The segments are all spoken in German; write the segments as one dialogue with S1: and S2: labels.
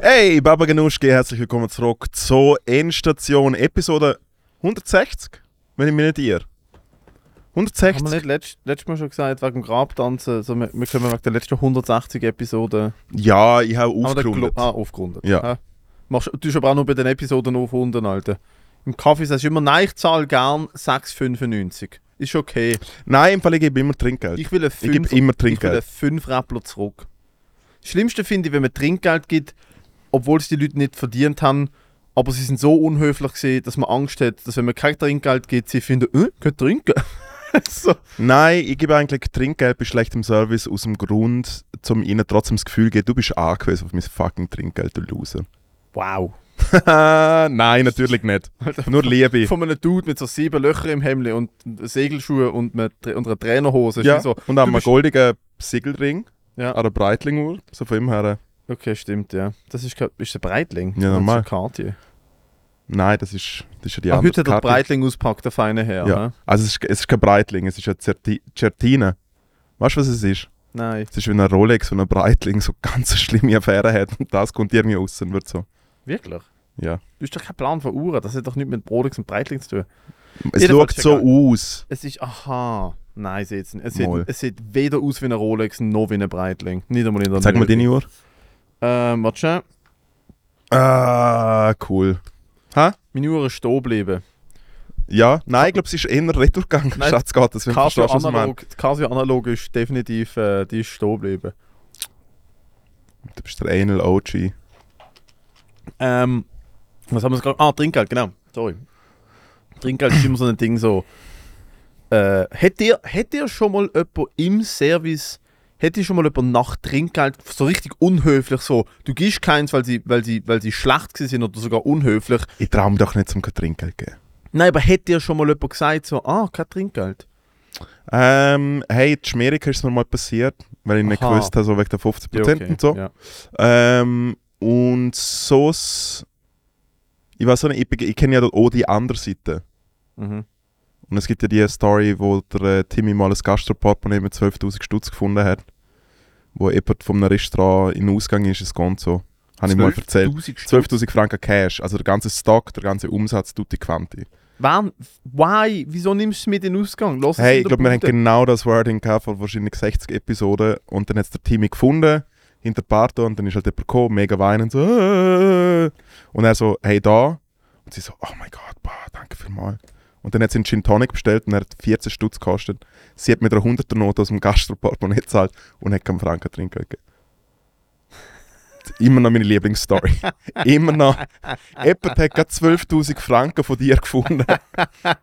S1: Hey, Baba Genuschke, herzlich willkommen zurück zur Endstation, Episode 160, wenn ich mich nicht irre.
S2: Haben wir
S1: 160?
S2: nicht letzt, letztes Mal schon gesagt, wegen dem Grabtanzen, so, wir, wir können wegen der letzten 180 Episoden
S1: Ja, ich habe
S2: Haben wir den
S1: aufgerundet.
S2: Glo- Ah, aufgerundet.
S1: Ja.
S2: Machst, du tust aber auch nur bei den Episoden aufrunden, Alter. Im Kaffee sagst du immer, nein, ich zahle gern 6,95. Ist okay.
S1: Nein, im Fall ich gebe immer Trinkgeld. Ich,
S2: Ich will ein 5
S1: gebe immer
S2: Ich will
S1: Trinkgeld.
S2: einen 5 Rappler zurück. Das Schlimmste finde ich, wenn man Trinkgeld gibt, obwohl es die Leute nicht verdient haben, aber sie sind so unhöflich gewesen, dass man Angst hat, dass wenn man kein Trinkgeld gibt, sie finden, äh, kein Trinken. so.
S1: Nein, ich gebe eigentlich Trinkgeld bei schlechtem Service aus dem Grund, um ihnen trotzdem das Gefühl zu geben, du bist angewiesen auf mein fucking Trinkgeld, du Loser.
S2: Wow.
S1: Nein, natürlich nicht. Nur Liebe.
S2: Von einem Dude mit so sieben Löchern im Hemd und Segelschuhen und, einer Tra- und einer Trainerhose. Ist
S1: Ja,
S2: wie so,
S1: und an einem
S2: bist-
S1: goldigen Siegelring,
S2: Ja.
S1: an einer Breitlinguhr, so von ihm her.
S2: Okay, stimmt, ja. Das ist, kein- ist der Breitling.
S1: Ja, normal.
S2: Das ist Cartier.
S1: Nein, das ist, das ist ja die
S2: Ah,
S1: andere
S2: heute hat der
S1: Karte.
S2: Breitling auspackt, der feine Herr.
S1: Ja.
S2: hä?
S1: Also es ist, es ist kein Breitling, es ist eine Zerti Certina. Weißt du, was es ist?
S2: Nein.
S1: Es ist wie ein Rolex und ein Breitling so ganz eine schlimme Affäre hat und das kommt irgendwie raus und wird so.
S2: Wirklich?
S1: Ja.
S2: Du hast doch keinen Plan von Uhren. Das hat doch nichts mit Rolex und Breitling zu tun.
S1: Es
S2: Jedenfalls
S1: schaut so
S2: egal.
S1: aus.
S2: Es ist, aha. Nein, sieht's nicht. Es sieht,
S1: Mal.
S2: es sieht weder aus wie ein Rolex noch wie ein Breitling. Nicht einmal in der
S1: Sag mal deine Uhr.
S2: deine. Ähm, warte schnell.
S1: Ah, cool.
S2: Meine Uhr ist stehen geblieben.
S1: Ja, nein, ich glaube, es ist eher ein Retourgang.
S2: Nein.
S1: Schatz geht das, wenn du
S2: Casio
S1: verstehst, was ich meine.
S2: Analog, die Casio Analog ist definitiv äh, die ist stehen geblieben.
S1: Du bist der Anal OG.
S2: Ähm, was haben wir jetzt gerade? Ah, Trinkgeld, genau. Sorry. Trinkgeld ist immer so ein Ding so. Äh, hättet ihr, hätt ihr schon mal jemand im Service, hättet ihr schon mal jemand nach Trinkgeld so richtig unhöflich so, du gibst keins, weil sie, weil sie, weil sie schlecht gewesen sind oder sogar unhöflich.
S1: Ich traue mir doch nicht, zum kein Trinkgeld zu geben.
S2: Nein, aber hättet ihr schon mal jemand gesagt so, ah, kein Trinkgeld?
S1: Ähm, hey, in Schmerika ist es mir mal passiert, weil ich nicht
S2: Aha.
S1: gewusst habe, so wegen der 50% und so.
S2: Ja.
S1: Ähm, und sonst. Ich weiß auch nicht, ich, beg- ich kenne ja auch die andere Seite.
S2: Mhm.
S1: Und es gibt ja die Story, wo der äh, Timmy mal ein Gastroport-Portemonnaie mit 12.000 Stutz gefunden hat. Wo jemand von einem Restaurant in den Ausgang ist, es geht so. Habe ich mal erzählt.
S2: 12'000 Stutz.
S1: 12.000 Franken Cash, also der ganze Stock, der ganze Umsatz, tutti quanti.
S2: Wann? Why? Wieso nimmst du es mit in den Ausgang? Lass es
S1: Hey,
S2: in
S1: ich
S2: der
S1: glaube, wir haben
S2: Bude.
S1: genau das Wording gehabt, von wahrscheinlich 60 Episoden. Und dann hat es der Timmy gefunden, hinter der Bar da, und dann ist halt jemand gekommen, mega weinend, so. äh. Und er so, hey, da. Und sie so, oh mein Gott, boah, danke vielmals. Und dann hat sie einen Gin Tonic bestellt und er hat 14 Stutz gekostet. Sie hat mit einer 100er Note aus dem Gastroportemonnaie gezahlt und hat keinen Franken trinken gegeben. Immer noch meine Lieblingsstory. Immer noch. Jemand hat gerade 12.000 Franken von dir gefunden.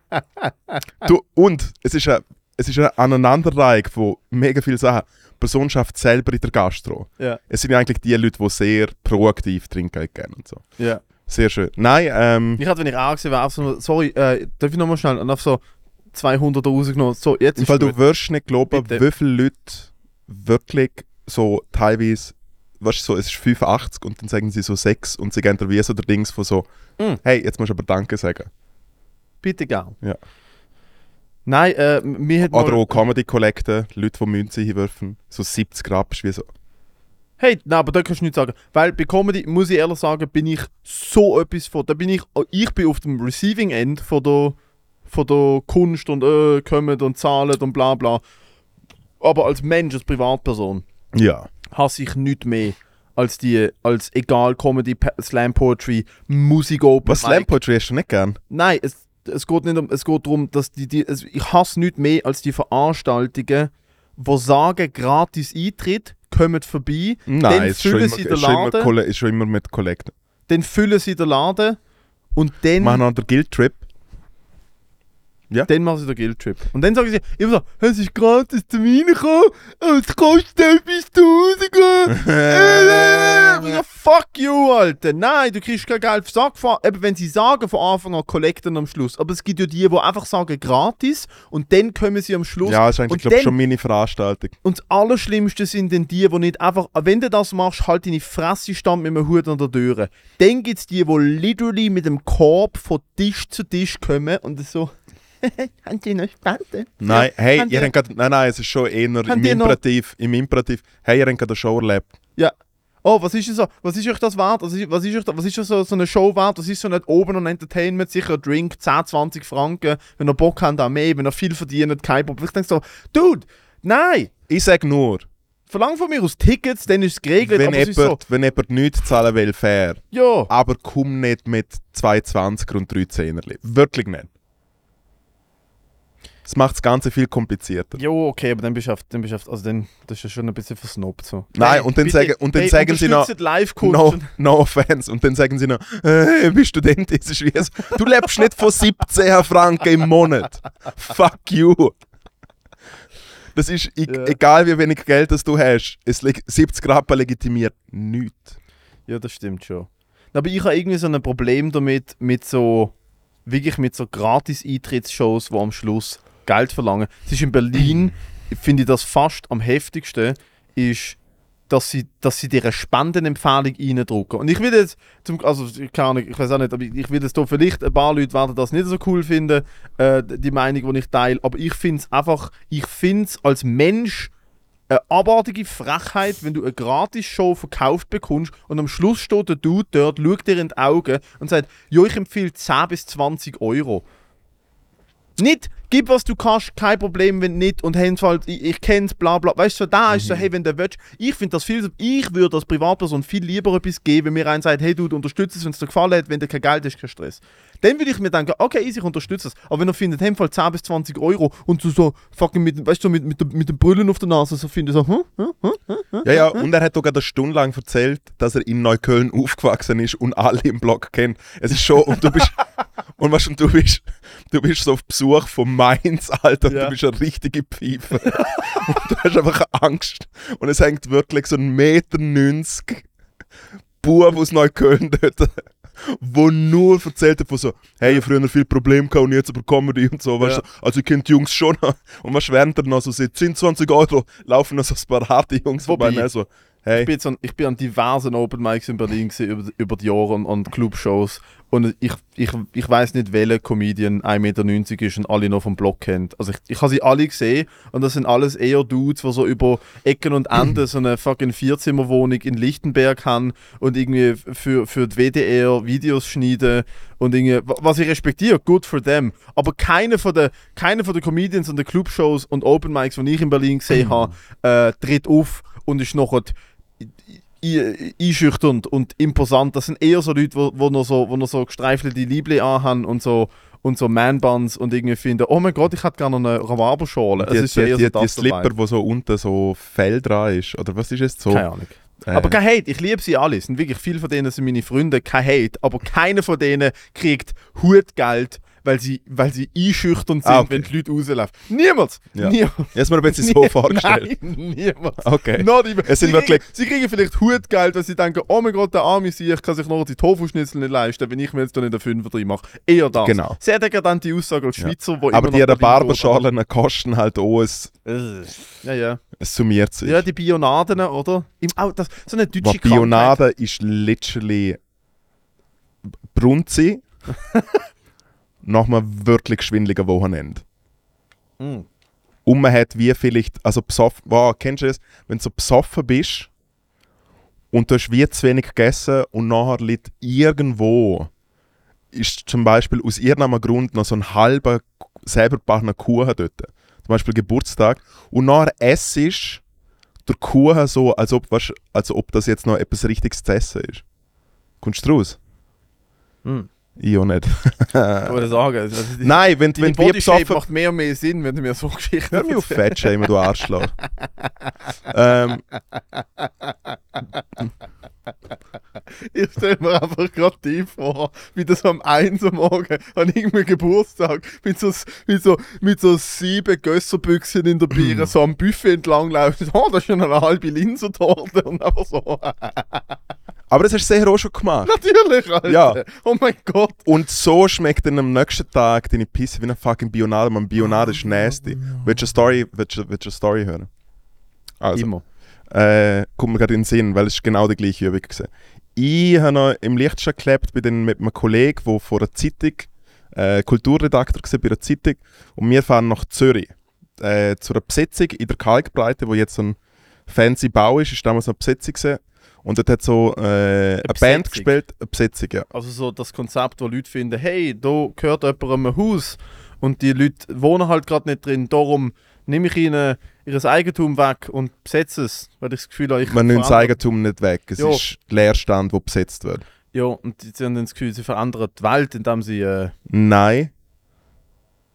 S1: Ah. Du, und es ist, eine, es ist eine Aneinanderreihung von mega vielen Sachen. Die Person schafft selber in der Gastro.
S2: Ja,
S1: Es sind ja eigentlich die Leute, die sehr proaktiv Trinkgeld geben und so.
S2: ja.
S1: Sehr schön. Nein, ähm,
S2: Ich hatte, wenn ich angesehen wäre, auf so, sorry, äh, darf ich nochmal schnell, und auf so 200 rausgenommen, so, jetzt
S1: im
S2: ist
S1: Fall du
S2: gut.
S1: wirst nicht glauben,
S2: Bitte.
S1: wie viele Leute wirklich so teilweise, weißt du, so, es ist 85 und dann sagen sie so 6 und sie geben dir wie so der Dings von so,
S2: Mm.
S1: hey, jetzt musst du aber Danke sagen.
S2: Bitte gern.
S1: Ja.
S2: Nein, äh, mir hat
S1: Oder
S2: mal,
S1: auch comedy kollekte Leute, die Münze hinwerfen, so 70 Grad, ist wie so.
S2: hey, nein, aber da kannst du nichts sagen, weil bei Comedy, muss ich ehrlich sagen, bin ich so etwas von, da bin ich, oh, ich bin auf dem Receiving End von der, von der Kunst und äh, kommen und zahlen und bla bla, aber als Mensch, als Privatperson,
S1: Ja.
S2: hasse ich nichts mehr als die, als egal Comedy, Pa- Slam Poetry, Musik Open
S1: Was
S2: Mic.
S1: Slam Poetry hast du nicht gern?
S2: Nein, es, es geht nicht um, es geht darum, dass die, die es, ich hasse nichts mehr als die Veranstaltungen, wo sagen, gratis Eintritt, kommen vorbei,
S1: Nein,
S2: dann
S1: ist schon,
S2: füllen
S1: immer,
S2: sie den
S1: ist, schon immer,
S2: Laden,
S1: Kolle- ist schon immer mit Kollekten.
S2: dann füllen sie den Laden und dann,
S1: Machen an der Guild Trip.
S2: dann machen sie den Guild-Trip. Und dann sagen sie immer so, es ist gratis zum Reinkommen, und es kostet etwas tausend. ja, fuck you, Alter. Nein, du kriegst kein Geld fürs Angefahren. Eben, wenn sie sagen von Anfang an Kollekten am Schluss. Aber es gibt ja die, die einfach sagen gratis und dann kommen sie am Schluss
S1: ja, ist eigentlich
S2: Und
S1: glaub, ich,
S2: dann-
S1: schon meine Veranstaltung.
S2: Und das Allerschlimmste sind dann die, die nicht einfach, wenn du das machst, halt deine Fresse stand mit einem Hut an der Tür. Dann gibt es die, die literally mit dem Korb von Tisch zu Tisch kommen und so, haben die noch Spenden?
S1: Nein, hey,
S2: haben
S1: ihr
S2: die-
S1: habt grad, nein, nein, es ist schon eher im
S2: Haben die noch-
S1: Imperativ, im Imperativ. Hey, ihr habt gerade eine Show erlebt.
S2: Ja. oh, was ist denn so, was ist euch das wert? Was ist, was ist, euch da, was ist so, so eine Show wert? Was ist so nicht oben und Entertainment? Sicher ein Drink, 10, 20 Franken, wenn ihr Bock habt, auch mehr, wenn ihr viel verdient, kein Problem. Ich denke so, Dude, nein,
S1: Ich sage nur,
S2: verlang von mir aus Tickets, dann ist es geregelt,
S1: wenn
S2: aber es
S1: jemand,
S2: ist so,
S1: wenn jemand nichts zahlen will, fair.
S2: ja.
S1: Aber komm nicht mit 220 und 13 Wirklich nicht. Das macht das Ganze viel komplizierter.
S2: Jo, okay, aber dann bist du, auf, dann bist du auf, also dann, das ist ja schon ein bisschen versnobbt so.
S1: Nein, und dann sagen- und dann sagen sie noch-
S2: live
S1: No, no offense. Und dann sagen sie noch, äh, ich bin Student, es ist wie es. Du lebst nicht von 17 Franken im Monat. Fuck you. Das ist, e-
S2: Ja.
S1: egal wie wenig Geld das du hast, es leg- 70 Rappen legitimiert nichts.
S2: Ja, das stimmt schon. Aber ich habe irgendwie so ein Problem damit, mit so, wirklich mit so gratis Eintrittsshows, die am Schluss Geld verlangen. Es ist in Berlin, finde ich das fast am heftigsten, ist, dass sie, dass sie dir eine Spendenempfehlung reindrücken. Und ich will jetzt, zum, also keine Ahnung, ich weiß auch nicht, aber ich- ich will jetzt hier vielleicht, ein paar Leute werden das nicht so cool finden, äh, die Meinung, die ich teile, aber ich finde es einfach, ich finde es als Mensch eine abartige Frechheit, wenn du eine Gratis-Show verkauft bekommst und am Schluss steht der Dude dort, schaut dir in die Augen und sagt, jo, ich empfehle 10 bis 20 Euro. Nicht, gib was du kannst, kein Problem, wenn nicht und haben halt, ich, ich kenn's, bla bla. Weißt du, so, da ist so, hey, wenn du willst, ich finde das viel, ich würde als Privatperson viel lieber etwas geben, wenn mir einer sagt, hey, du unterstützt es, wenn es dir gefallen hat, wenn dir kein Geld ist, kein Stress. Dann würde ich mir denken, okay, easy, ich unterstütze es. Aber wenn er findet, hey, im Fall 10 bis 20 Euro und du so fucking mit, weißt du, mit, mit, mit dem Brüllen auf der Nase so findest, so, hm, hm, hm,
S1: Ja, ja, und er hat sogar eine Stunde lang erzählt, dass er in Neukölln aufgewachsen ist und alle im Block kennt. Es ist schon, und du bist, und weißt, du, und du bist, du bist so auf Besuch von Mainz, Alter, und
S2: Ja.
S1: du bist eine richtige Pfeife. und du hast einfach Angst. Und es hängt wirklich so ein Meter 90 Bub aus Neukölln dort, wo nur erzählt hat von so, hey, ich hab früher viel Probleme gehabt und jetzt aber Comedy und so, weißt
S2: Ja.
S1: du, also ich kenne die Jungs schon und was während er noch so sieht, 10, 20 Euro, laufen noch so ein paar harte Jungs vorbei
S2: Wobei-
S1: und er so,
S2: Ich
S1: hey,
S2: bin, jetzt an, ich bin an diversen Open Mics in Berlin gewesen, über, über die Jahre und an Clubshows. Und ich, ich, ich weiß nicht, welcher Comedian 1,90 Meter ist und alle noch vom Block kennt. Also ich, ich habe sie alle gesehen und das sind alles eher Dudes, die so über Ecken und Enden so eine fucking Vierzimmerwohnung in Lichtenberg haben und irgendwie für, für die WDR Videos schneiden und irgendwie, wa- was ich respektiere, good for them. Aber keine von den, keine von den Comedians und den Clubshows und Open Mics, die ich in Berlin gesehen habe, äh, tritt auf und ist noch i- einschüchternd und imposant. Das sind eher so Leute, wo, wo noch so, wo noch so gestreifelte Liebli anhaben und so und so Manbuns und irgendwie finden, oh mein Gott, ich hätte gerne eine Rhabarberschale.
S1: die,
S2: Es ist ja
S1: die,
S2: eher
S1: die,
S2: so
S1: die
S2: das dabei.
S1: Slipper, wo so unten so Fell dran ist, oder was ist jetzt so?
S2: Keine Ahnung.
S1: Äh,
S2: Aber kein Hate, ich liebe sie alle. Es Sind wirklich viele von denen sind meine Freunde, kein Hate. Aber keiner von denen kriegt Hutgeld, weil sie, weil sie einschüchternd sind,
S1: Ah, okay.
S2: wenn die Leute rauslaufen. Niemals!
S1: Ja.
S2: Niemals!
S1: Ich hab's mir ein bisschen so vorgestellt.
S2: Nein, niemals!
S1: Okay.
S2: Not even.
S1: Es sind
S2: sie,
S1: wirklich-
S2: kriegen, sie kriegen vielleicht Hutgeld, weil sie denken, oh mein Gott, der arme Sieg kann sich noch die Tofu-Schnitzel nicht leisten, wenn ich mir jetzt da nicht einen Fünfer drin mache. Eher das.
S1: Genau.
S2: Sehr degradante Aussage als
S1: Ja.
S2: Schweizer, wo
S1: Aber
S2: Oh, immer
S1: die
S2: nach Berlin geht,
S1: Rhabarberschalen kosten halt auch, es,
S2: aber- Ja, ja.
S1: es summiert sich.
S2: Ja, die Bionaden, oder? Im, oh, das, so eine deutsche
S1: Was Bionade ist literally Brunzi nach einem wirklich geschwindeligen Wochenende.
S2: Krankheit. Mm.
S1: Und man hat wie vielleicht, also besoffen, wow, kennst du das? Wenn du so besoffen bist und du hast wie zu wenig gegessen und nachher liegt irgendwo, ist zum Beispiel aus irgendeinem Grund noch so ein halber selber gebackener Kuchen dort. Zum Beispiel Geburtstag. Und nachher essest der Kuchen so, als ob, weißt, als ob das jetzt noch etwas Richtiges zu essen ist. Kommst du raus?
S2: Hm.
S1: Ich auch nicht.
S2: Ich würde sagen, also die,
S1: Nein, wenn,
S2: deine
S1: wenn wir
S2: Bodyshape
S1: besoffen
S2: macht mehr und mehr Sinn, wenn du mir so Geschichten
S1: Hör mich auf Fettschämen, du Arschloch. ähm,
S2: Ich stelle mir einfach gerade die vor, wie das am 1 Uhr morgen an irgendeinem Geburtstag mit so, mit so, mit so sieben Gösserbüchsen in der Biere so am Buffet entlang läuft. Oh, da ist schon eine halbe Linsentorte und einfach so.
S1: aber das hast du sicher auch schon gemacht.
S2: Natürlich, Alter.
S1: Ja.
S2: Oh mein Gott.
S1: Und so schmeckt dann am nächsten Tag deine Pisse wie eine fucking Bionade. Man, Bionade ist nasty. Willst du eine Story, willst du, willst du eine Story hören? Also,
S2: Immer.
S1: äh, kommt mir gerade in den Sinn, weil es ist genau die gleiche Übung war. Ich habe noch im Lichtschein geklebt bei den, mit einem Kollegen, der vor einer Zeitung, äh, Kulturredakteur war bei einer Zeitung, und wir fahren nach Zürich äh, zu einer Besetzung in der Kalkbreite, wo jetzt so ein fancy Bau ist, ist damals noch eine Besetzung gewesen. Und dort hat so äh, eine, Band
S2: Besetzung.
S1: gespielt, eine Besetzung, ja.
S2: Also so das Konzept, wo Leute finden, hey, da gehört jemandem ein Haus und die Leute wohnen halt gerade nicht drin, darum nehme ich ihnen ihr Eigentum weg und besetze es, weil ich das Gefühl habe, ich...
S1: Man nimmt das
S2: verändere-
S1: Eigentum nicht weg. Es
S2: Ja.
S1: ist Leerstand, der besetzt wird.
S2: Ja, und die- sie haben dann das Gefühl, sie verändern die Welt, indem sie äh,
S1: Nein.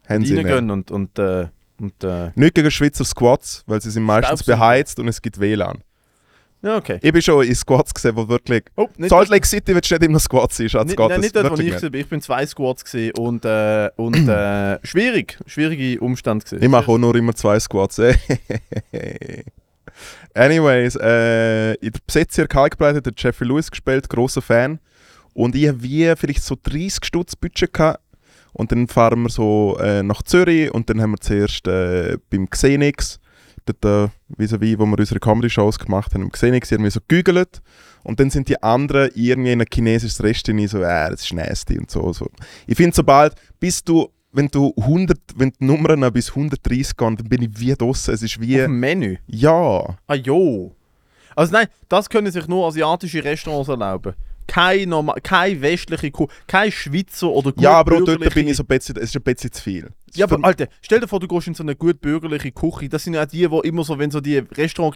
S1: Haben sie nicht.
S2: reingehen und... und, äh, und äh,
S1: Nicht gegen Schweizer Squats, weil sie sind meistens
S2: Staubsauger.
S1: beheizt und es gibt WLAN.
S2: ja, okay.
S1: Ich bin schon in Squats gesehen, wo wirklich.
S2: Oh, nicht
S1: Salt Lake City willst du nicht immer Squat sein, Schatz.
S2: Nicht,
S1: geht
S2: nein,
S1: das
S2: nicht dort, wo ich
S1: wirklich
S2: gewesen bin. Ich bin zwei Squads gewesen und, äh, und äh, schwierig, schwierige Umstände gewesen.
S1: Ich mache auch nur immer zwei Squats. Anyways, äh, in der Besetzer Kalkbreite hat der Jeffrey Lewis gespielt, großer Fan. Und ich habe wie vielleicht so 30 Stutz Budget gehabt. Und dann fahren wir so äh, nach Zürich und dann haben wir zuerst äh, beim Xenix, dort äh, vis-à-vis, wo wir unsere Comedy-Shows gemacht haben, im Xenix irgendwie so gegügelt. Und dann sind die anderen irgendwie in ein chinesisches Restaurant so, äh, das ist nasty und so. so. Ich finde, sobald, bis du, wenn du 100, wenn die Nummern bis 130 gehen, dann bin ich wie draussen. Es ist
S2: Auf
S1: wie,
S2: dem Menü.
S1: ja.
S2: Ah jo. Also nein, das können sich nur asiatische Restaurants erlauben. Keine, norma keine westliche Kuh, kein Schweizer oder gut
S1: Ja, aber auch dort
S2: bürgerliche-
S1: bin ich so ein bisschen, es ist ein bisschen zu viel.
S2: Ja, aber Alter, stell dir vor, du gehst in so eine gut bürgerliche Küche. Das sind ja auch die, wo immer so, wenn so die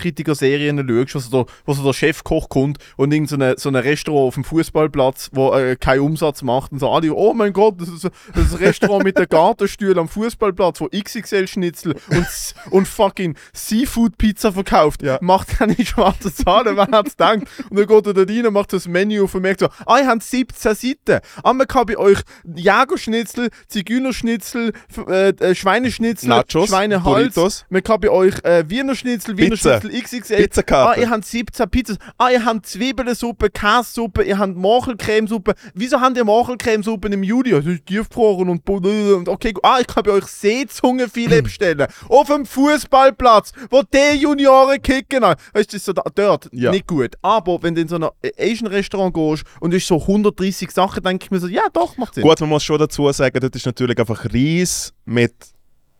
S2: Restaurantkritiker-Serien schaust, wo so, der, wo so der Chefkoch kommt und irgend so ein so ein Restaurant auf dem Fußballplatz, wo äh, keinen Umsatz macht und so alle, oh mein Gott, das ist, das ist ein Restaurant mit einem Gartenstuhl am Fußballplatz, wo XXL-Schnitzel und, s- und fucking Seafood-Pizza verkauft.
S1: Ja.
S2: Macht keine schwarzen Zahlen, wer hat's gedacht? Und dann geht er da rein und macht so das Menü auf und merkt so, ah, ihr habt 17 Seiten. Ah, man kann bei euch Jägerschnitzel, Zigeunerschnitzel, F- äh, äh, Schweineschnitzel,
S1: Nachos,
S2: Schweinehals.
S1: Doritos.
S2: Man kann bei euch äh, Wiener Schnitzel, Wiener
S1: Pizza.
S2: Schnitzel, XXL.
S1: Pizzakarte.
S2: Ah, ihr habt 17 Pizzas. Ah, ihr habt Zwiebelsuppe, Käsesuppe, ihr habt Morchelcremesuppe. Wieso habt ihr Morchelcremesuppe im Juli? Das ist tiefgefroren und, und okay. gu- Ah, ich kann bei euch Seezungenfilet bestellen. Auf dem Fußballplatz, wo die Junioren kicken. Ah, Weißt du, das ist so da, dort
S1: Ja.
S2: nicht gut. Aber wenn du in so ein Asian-Restaurant gehst und es ist so 130 Sachen, denke ich mir so, ja doch, macht Sinn.
S1: Gut, man muss schon dazu sagen, dort ist natürlich einfach Reis mit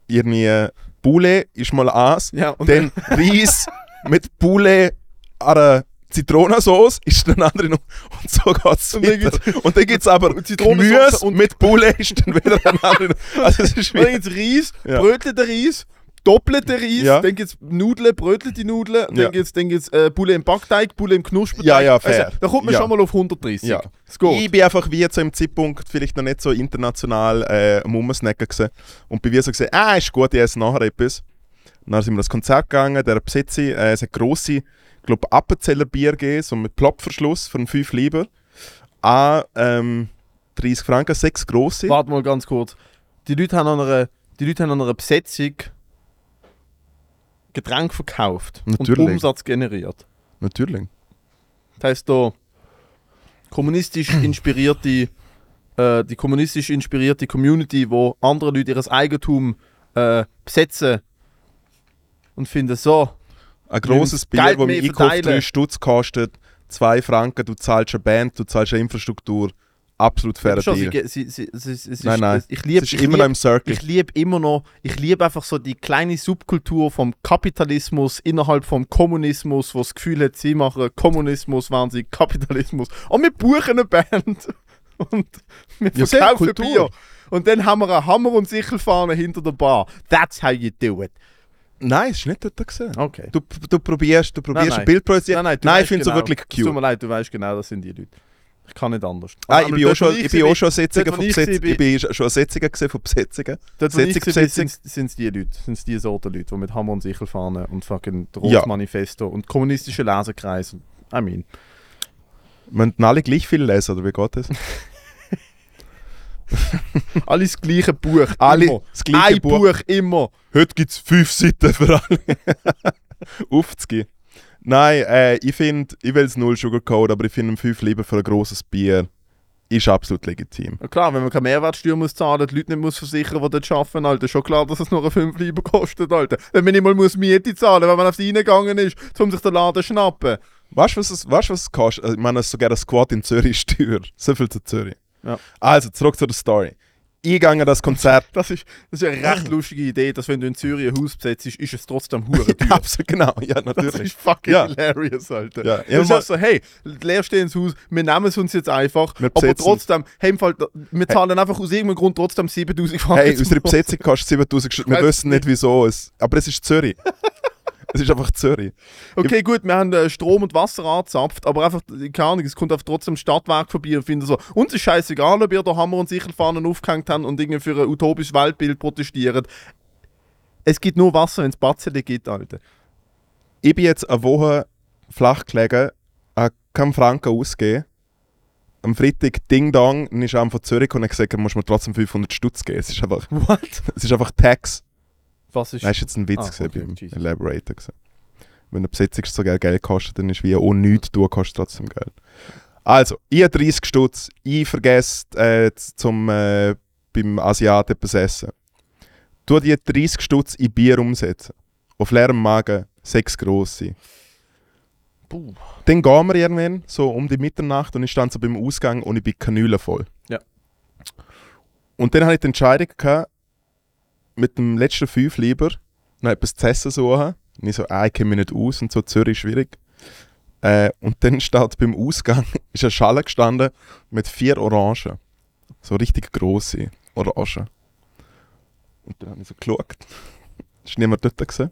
S1: irgendwie Poulet ist mal eins.
S2: Ja, und
S1: dann Reis mit Poulet an einer Zitronensauce ist dann andere noch. Und so geht es
S2: Und dann
S1: weiter. Und dann gibt es aber
S2: Zitronensauce
S1: Gemüse
S2: und-
S1: mit Poulet ist dann wieder ein anderer. Also es ist
S2: Und dann
S1: wie,
S2: gibt es Reis,
S1: Ja.
S2: brötelter Reis, doppelter Reis,
S1: Ja.
S2: dann gibt es Nudeln, brötelte Nudeln, und
S1: Ja.
S2: dann gibt es gibt's, äh, Bulle im Backteig, Bulle im Knusperteig. Also,
S1: Ja, ja, fair.
S2: da kommt man
S1: Ja.
S2: schon mal auf 130.
S1: Ja.
S2: Das geht.
S1: ich bin einfach wie zu einem Zeitpunkt vielleicht noch nicht so international äh, am Rumsnacken gewesen. und bin wie so gesehen, ah, ist gut, ich esse nachher etwas. Und dann sind wir das Konzert gegangen, der Besitzer, äh, es hat grosse, ich glaube, Appenzeller Bier gegeben, so mit Plopverschluss von 5 Lieber. Ah, ähm, 30 Franken, 6 grosse.
S2: Warte mal ganz kurz. Die Leute haben an einer, die Leute haben an einer Besetzung Getränke verkauft
S1: Natürlich.
S2: und Umsatz generiert.
S1: Natürlich.
S2: Das heisst da kommunistisch inspirierte, äh, die kommunistisch inspirierte Community, wo andere Leute ihres Eigentum äh, besetzen und finden so,
S1: Ein grosses
S2: Wir
S1: Bier, das im
S2: müssen Geld mehr
S1: Einkauf
S2: verteilen.
S1: 3 Stutz kostet, 2 Franken, du zahlst eine Band, du zahlst eine Infrastruktur. Absolut fairer
S2: schon, sie,
S1: Deal.
S2: ge- sie, sie, sie, sie, sie,
S1: Nein, nein.
S2: Ich
S1: Es
S2: liebe
S1: ist immer noch im Circle.
S2: ich liebe immer noch, ich liebe einfach so die kleine Subkultur vom Kapitalismus innerhalb vom Kommunismus, wo das Gefühl hat, sie machen Kommunismus, während sie Kapitalismus. Und wir buchen eine Band und
S1: Ja,
S2: wir
S1: sehr
S2: verkaufen
S1: Kultur.
S2: Bier. Und dann haben wir einen Hammer und Sichelfahne hinter der Bar. That's how you do it.
S1: Nein, es war nicht dort. Gewesen.
S2: Okay.
S1: Du, du probierst, du probierst
S2: Nein,
S1: ein
S2: nein.
S1: Bild projizieren.
S2: Nein, nein, du
S1: nein ich
S2: weißt
S1: finde es
S2: genau.
S1: wirklich
S2: Es Tut mir
S1: cute.
S2: leid, du weißt genau, das sind die Leute. Ich kann nicht anders.
S1: Ah, ich
S2: Aber
S1: bin auch
S2: dort, wo
S1: schon, ich bin
S2: war,
S1: auch schon Sitzungen
S2: dort, wo
S1: von
S2: ich
S1: Besetzungen.
S2: war-
S1: Ich bin schon Sitzungen gesehen von Besetzungen.
S2: Dort, wo ich
S1: Sitzung,
S2: war,
S1: Sitzung.
S2: sind es die Leute, sind es die Sorten Leute, die mit Hammer und Sichel fahren und fucking
S1: Ja.
S2: Rotmanifesto Manifesto und kommunistische Leserkreis. und- I mean.
S1: Müssen alle gleich viel lesen, oder wie geht das?
S2: Alles das gleiche Buch.
S1: Alle
S2: immer.
S1: das gleiche
S2: Ein
S1: Buch.
S2: Buch. immer.
S1: Heute gibt es fünf Seiten für alle. Aufzugehen. Nein, äh, ich finde, ich will es null Sugarcoat, aber ich finde fünf lieber für ein grosses Bier ist absolut legitim.
S2: Ja, klar, wenn man keine Mehrwertsteuer muss zahlen, die Leute nicht muss versichern, die dort arbeiten, Alter. Schon klar, dass es noch ein 5 lieber kostet, Alter. Wenn man nicht mal muss Miete zahlen wenn man aufs Reingegangen ist, um sich den Laden zu schnappen.
S1: Weißt du, was es, weißt, du, was es kostet? Also, ich meine, sogar ein Squad in Zürich ist teuer. So viel zu Zürich.
S2: Ja.
S1: Also, zurück zu der Story. eingegangen an das Konzert.
S2: Das ist, das ist eine recht lustige Idee, dass wenn du in Zürich ein Haus besetzt, ist es trotzdem hure
S1: Ja,
S2: teuer.
S1: absolut, genau, ja,
S2: Das
S1: natürlich.
S2: ist fucking
S1: Ja.
S2: hilarious, Alter.
S1: Ja,
S2: Das ist
S1: irgendwann-
S2: auch so, hey, leerstehendes Haus, wir nehmen es uns jetzt einfach,
S1: Wir
S2: aber
S1: besetzen's.
S2: trotzdem, hey, im Fall, wir zahlen einfach aus irgendeinem Grund trotzdem 7000 Franken.
S1: Hey,
S2: zum
S1: unsere
S2: Monat.
S1: Besetzung kostet 7000 Stunden. Wir
S2: Weiss
S1: wissen nicht wieso. Es, aber es ist Zürich. es ist einfach Zürich.
S2: Okay, gut, wir haben äh, Strom und Wasser angezapft, aber einfach, keine Ahnung, es kommt einfach trotzdem Stadtwerk vorbei und findet so, uns ist scheißegal, ob ihr da Hammer und Sichelfahnen aufgehängt habt und irgendwie für ein utopisches Weltbild protestiert. Es gibt nur Wasser, wenn es Batzele gibt, Alter.
S1: Ich bin jetzt eine Woche flach gelegen, habe keinen Franken ausgegeben. Am Freitag Ding Dong, dann ist einer von Zürich und hat gesagt, er muss mir trotzdem 500 Stutz geben. Es ist einfach,
S2: What?
S1: es ist einfach Tax.
S2: Was ist...
S1: Nein, ist jetzt ein
S2: Ah,
S1: Witz ah,
S2: okay,
S1: beim
S2: Jesus.
S1: Elaborator. Gewesen. Wenn eine Besetzung so geil Geld kostet, dann ist wie auch nichts tun, kostet trotzdem Geld. Also, ich habe 30 Stutz, ich vergesse äh, z- zum äh, beim Asiaten etwas essen. Tu die 30 Stutz in Bier umsetzen. Auf leerem Magen, sechs grosse.
S2: Puh.
S1: Dann gehen wir irgendwann, so um die Mitternacht, und ich stand so beim Ausgang und ich bin Kanüle voll.
S2: Ja.
S1: Und dann hatte ich die Entscheidung, gehabt, mit dem letzten Fünf lieber noch etwas zu essen suchen. Und ich so, ah, ich kenne mich nicht aus und so, Zürich ist schwierig. Äh, und dann steht beim Ausgang ist eine Schale gestanden mit vier Orangen. So richtig grosse Orangen. Und dann habe ich so geschaut. Ist niemand dort gewesen.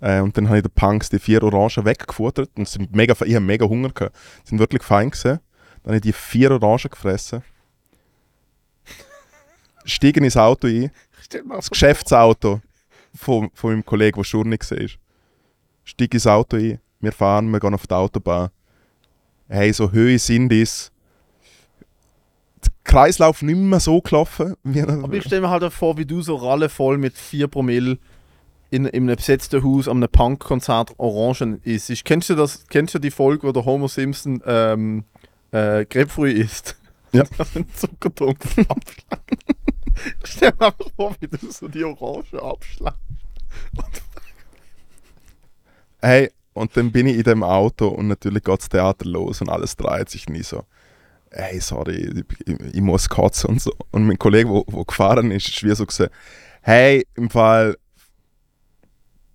S1: Äh, und dann habe ich den Punks die vier Orangen weggefuttert. Und es sind mega, fe- ich habe mega Hunger gehabt. Sie sind wirklich fein gewesen. Dann habe ich die vier Orangen gefressen. Stiegen ins Auto ein.
S2: Stell mal
S1: Das Geschäftsauto von, von meinem Kollegen, der Schurnig war. Steig ins Auto ein. Wir fahren, wir gehen auf die Autobahn. Hey, so Höhe sind es. Der Kreislauf nicht mehr so gelaufen. Wie
S2: Aber ich stelle mir halt auch vor, wie du so rallevoll mit 4 Promille in, in einem besetzten Haus an einem Punk-Konzert Orangen isst. Ich- Kennst du das? Kennst du die Folge, wo der Homer Simpson ähm, äh, Grapefruit isst?
S1: Ja.
S2: Das sind Zuckertupfen abschlagen. Ich stell mir einfach vor, wie du so die Orangen abschlagst.
S1: Hey, und dann bin ich in dem Auto und natürlich geht das Theater los und alles dreht sich nie so. Hey, sorry, ich, ich, ich muss kotzen und so. Und mein Kollege, wo, wo gefahren ist, ist wie so gesagt, hey, im Fall,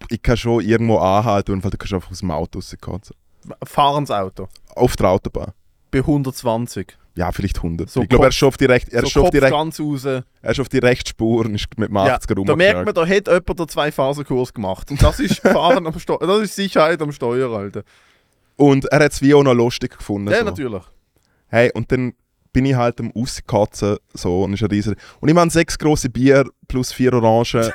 S1: ich kann schon irgendwo anhalten und im Fall, du kannst einfach aus dem Auto rauskotzen.
S2: Fahrendes Auto.
S1: Auf der Autobahn.
S2: Bei 120.
S1: Ja, vielleicht 100.
S2: So
S1: ich glaube, er
S2: Kopf-
S1: ist schon auf die, Recht, er ist schon
S2: so
S1: auf die,
S2: Kopf
S1: Recht,
S2: ganz raus.
S1: er ist auf die Rechtsspur und ist mit dem 80er
S2: da merkt man, da hat jemand den Zwei-Phasen-Kurs gemacht. Und das ist Fahren am Steuer. Das ist Sicherheit am Steuer, Alter.
S1: Und er hat es wie auch noch lustig gefunden.
S2: Ja,
S1: so.
S2: natürlich.
S1: Hey, und dann bin ich halt am Auskotzen so und ist ein riesen. Und ich meine, sechs große Bier plus vier Orangen.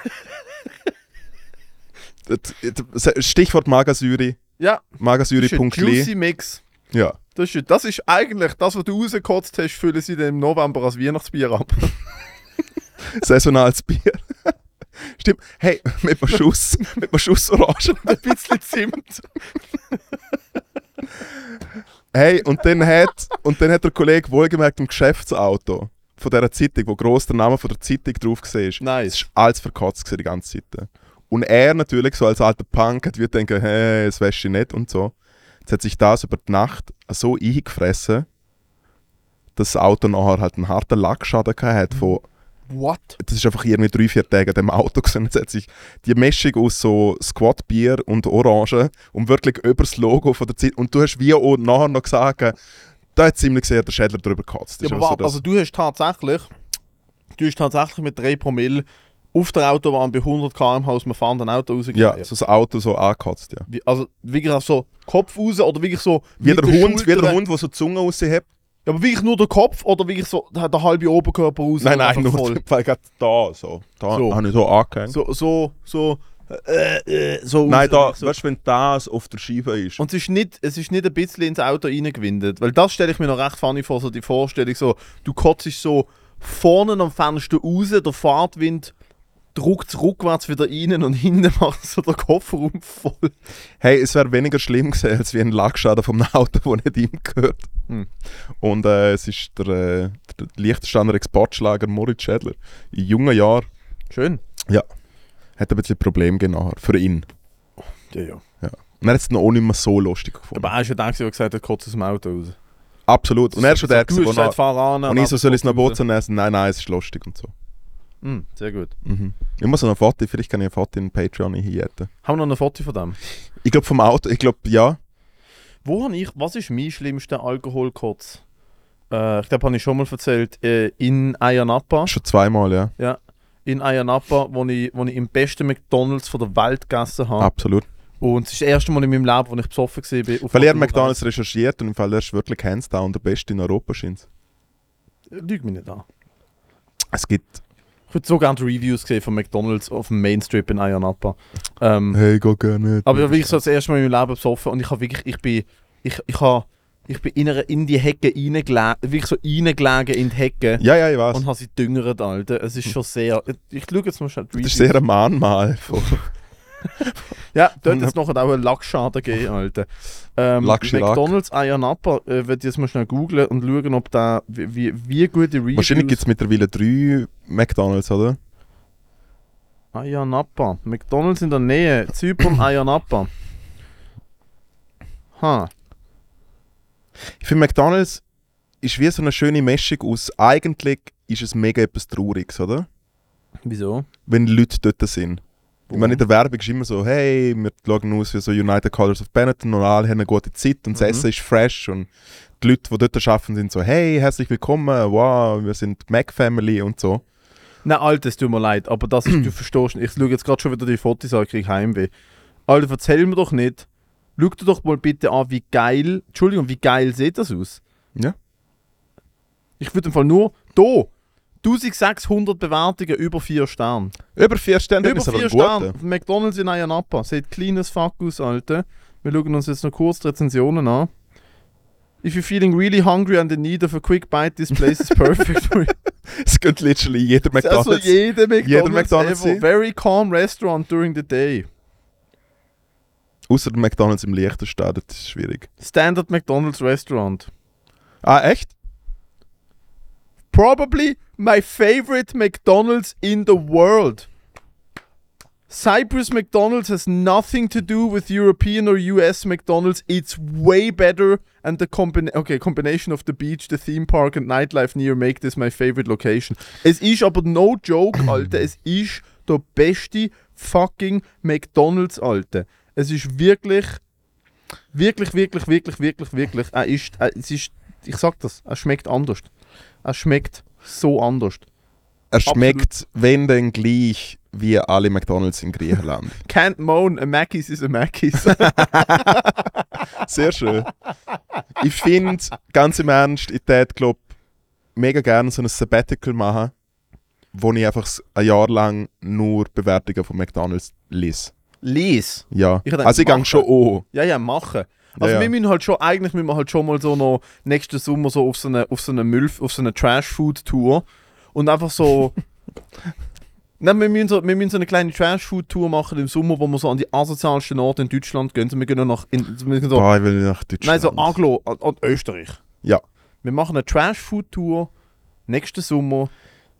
S1: Das- das- Stichwort Magensäure.
S2: Ja, Das ist ein
S1: Magensäure.li.
S2: Juicy Mix.
S1: E. Ja.
S2: Das ist, das ist eigentlich das, was du rausgekotzt hast, füllen sie dann im November als Weihnachtsbier ab.
S1: Saisonales Bier. Stimmt. Hey, mit einem Schuss, mit einem Schuss Orangen.
S2: Ein bisschen Zimt.
S1: Hey, und dann hat, und dann hat der Kollege wohlgemerkt im Geschäftsauto von dieser Zeitung, wo gross der Name von der Zeitung drauf war.
S2: Nice.
S1: Es war alles verkotzt gewesen die ganze Zeit. Und er natürlich, so als alter Punk, hat wird denken, hey, das wäsche ich nicht und so. Jetzt hat sich das über die Nacht so eingefressen, dass das Auto nachher halt einen harten Lackschaden gehabt hat. Von,
S2: What?
S1: das ist einfach irgendwie drei, vier Tage an dem Auto gewesen. Jetzt hat sich die Mischung aus so Squat-Bier und Orangen und wirklich über das Logo von der Zeit. Und du hast wie auch nachher noch gesagt, da hat ziemlich sehr der Schädler drüber gekotzt. Das
S2: Ja,
S1: ist einfach
S2: aber
S1: so
S2: warte,
S1: das-
S2: also du hast tatsächlich, du hast tatsächlich mit 3 Promille auf der Autobahn bei 100 km/h aus dem fahrenden Auto
S1: ja,
S2: rausgekehrt.
S1: so das Auto so angekotzt, ja.
S2: Wie- Also wirklich auch so Kopf raus oder wirklich so.
S1: Wie
S2: mit
S1: der,
S2: den
S1: Hund, wie der
S2: Schultern-
S1: Hund, der so die Zunge raushebt.
S2: Ja, aber wirklich nur der Kopf oder wirklich so der, der halbe Oberkörper raus?
S1: Nein,
S2: und
S1: nein,
S2: einfach
S1: nur voll. Weil gerade da so. Da
S2: So.
S1: habe ich so angehängt.
S2: So, so, so, äh, äh, so
S1: Nein,
S2: raus,
S1: da,
S2: so.
S1: weißt du, wenn das auf der Scheibe ist.
S2: Und es ist, nicht, es ist nicht ein bisschen ins Auto reingewindet. Weil das stelle ich mir noch recht funny vor, so die Vorstellung, so, du kotzt so vorne am Fenster raus, der Fahrtwind drückt es rückwärts wieder rein und hinten macht so der Kofferraum voll.
S1: hey, es wäre weniger schlimm gewesen, als wie ein Lackschaden vom Auto, der nicht ihm gehört.
S2: Hm.
S1: Und äh, es ist der, äh, der Liechtensteiner Exportschlager Moritz Schädler. In jungen Jahren
S2: Schön.
S1: hat er ein bisschen Probleme gegeben nachher, für ihn.
S2: Ja, ja.
S1: Und er hat es dann auch nicht mehr so lustig gefunden.
S2: Aber er ist ja der, der gesagt hat, kotzt aus dem Auto raus.
S1: Absolut. Und er ist schon der,
S2: du
S1: gewesen,
S2: hast
S1: der
S2: gesagt, fahr an.
S1: Und ich so, soll ich es noch
S2: kotzt raus.
S1: Bozen essen? Nein, nein, es ist lustig und so.
S2: Mm, sehr gut.
S1: Mhm. Immer so ein Foto, vielleicht kann ich ein Foto in Patreon einjäten.
S2: Haben wir noch ein Foto von dem?
S1: Ich glaube vom Auto, ich glaube ja.
S2: Wo habe ich, was ist mein schlimmster Alkoholkotz? Äh, ich glaube, habe ich schon mal erzählt, äh, in Ayanapa.
S1: Schon zweimal, ja.
S2: In Ayanapa, wo ich, wo ich im besten McDonalds von der Welt gegessen habe.
S1: Absolut.
S2: Und es ist das erste Mal in meinem Leben, wo ich besoffen war. auf
S1: Weil ich
S2: der
S1: habe McDonalds recherchiert und im Fall der ist wirklich hands down der beste in Europa scheint
S2: Lüg mich nicht an.
S1: Es gibt.
S2: Ich würde so gerne die Reviews gesehen von McDonalds auf dem Mainstrip in Ayanapa. Ähm,
S1: Hey, geh gerne nicht.
S2: Aber ich habe wirklich so das erste Mal in meinem Leben besoffen und ich habe wirklich, ich bin, ich, ich habe, ich bin in, einer, in die Hecke reingelegen, wirklich so reingelegen in die Hecke
S1: Ja, ja, ich weiß.
S2: und habe sie düngert, Alter. Es ist schon sehr, ich schaue jetzt mal schnell die
S1: Das ist
S2: Reviews.
S1: sehr ein Mahnmal von
S2: Ja, dort hat es nachher auch einen Lackschaden gegeben, Alter. Ähm,
S1: Lackschirak.
S2: McDonalds Ayanapa, äh, würde ich jetzt mal schnell googlen und schauen, ob da, wie, wie, wie gute Reviews...
S1: Wahrscheinlich gibt es mittlerweile drei McDonalds, oder?
S2: Ayanapa. McDonalds in der Nähe. Zypern, Ayanapa. Ha.
S1: Ich finde, McDonalds ist wie so eine schöne Mischung aus. Eigentlich ist es mega etwas Trauriges, oder?
S2: Wieso?
S1: Wenn Leute dort sind. Ich meine, in der Werbung ist immer so, hey, wir schauen aus wie so United Colors of Benetton und alle haben eine gute Zeit und das
S2: Mhm.
S1: Essen ist fresh und die Leute, die dort arbeiten, sind so, hey, herzlich willkommen, wow, wir sind die Mac Family und so.
S2: Nein, Alter, es tut mir leid, aber das ist, du verstehst nicht. Ich schaue jetzt gerade schon wieder die Fotos an, ich kriege Heimweh. Alter, erzähl mir doch nicht. Schau dir doch mal bitte an, wie geil, Entschuldigung, wie geil sieht das aus?
S1: Ja.
S2: Ich würde im Fall nur, da, 1600 Bewertungen über 4 Sterne.
S1: Über vier Sterne
S2: über
S1: ist aber
S2: 4
S1: ein
S2: Sterne,
S1: guter.
S2: auf McDonalds in Ayanapa. Sieht clean as fuck aus, Alter. Wir schauen uns jetzt noch kurz die Rezensionen an. If you're feeling really hungry and in need of a quick bite, this place is perfect for you.
S1: Es geht literally jeder McDonalds.
S2: Also jede McDonald's,
S1: Jeder McDonald's
S2: ever.
S1: sein.
S2: Very calm restaurant during the day.
S1: Außer McDonalds im Liechtenstein, das ist schwierig.
S2: Standard McDonald's restaurant.
S1: Ah, echt?
S2: Probably my favorite McDonald's in the world. Cyprus McDonald's has nothing to do with European or US McDonald's. It's way better and the combina okay, combination of the beach, the theme park and nightlife near make this my favorite location. Es ist aber no joke, Alter. Es ist der beste fucking McDonald's, Alter. Es ist wirklich, wirklich, wirklich, wirklich, wirklich, wirklich. Er ist, er, es ist, ich sag das, er schmeckt anders. Er schmeckt so anders.
S1: Er schmeckt, wenn denn gleich, wie alle McDonalds in Griechenland.
S2: Can't moan, a Mackey's is a Mackey's.
S1: Sehr schön. Ich finde, ganz im Ernst, ich tät glaub mega gerne so ein Sabbatical machen, wo ich einfach s- ein Jahr lang nur Bewertungen von McDonalds lese.
S2: Lies.
S1: Ja.
S2: Ich hab gedacht,
S1: also ich
S2: machen.
S1: gang schon an.
S2: Ja, ja, machen. Also
S1: Ja, ja.
S2: wir müssen halt schon, eigentlich müssen wir halt schon mal so noch nächsten Sommer so auf so eine, auf so eine Müll, auf so eine Trash-Food-Tour und einfach so... Nein, wir müssen, so, wir müssen so eine kleine Trash-Food-Tour machen im Sommer, wo wir so an die asozialsten Orte in Deutschland gehen. So, wir gehen nach... In, also wir gehen so,
S1: Boah, ich will nach Deutschland.
S2: nein, so Anglo an, an Österreich.
S1: Ja.
S2: Wir machen eine Trash-Food-Tour nächsten Sommer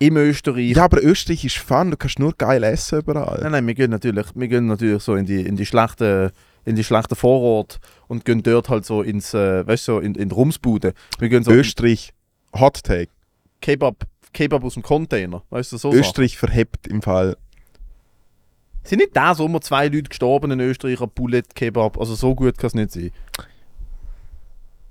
S2: im Österreich.
S1: ja, aber Österreich ist fun, du kannst nur geil essen überall.
S2: Nein, nein, wir gehen natürlich, wir gehen natürlich so in die, in die schlechten in die schlechten Vorort und gehen dort halt so ins, äh, weißt du, so in, in die Rumsbude. Wir gehen so in
S1: Österreich, Hot Take,
S2: Kebab, Kebab aus dem Container, weißt du, so Sachen.
S1: Österreich verhebt im Fall.
S2: Sind nicht da Sommer zwei Leute gestorben in Österreich an Bullet Kebab? Also so gut kann es nicht sein.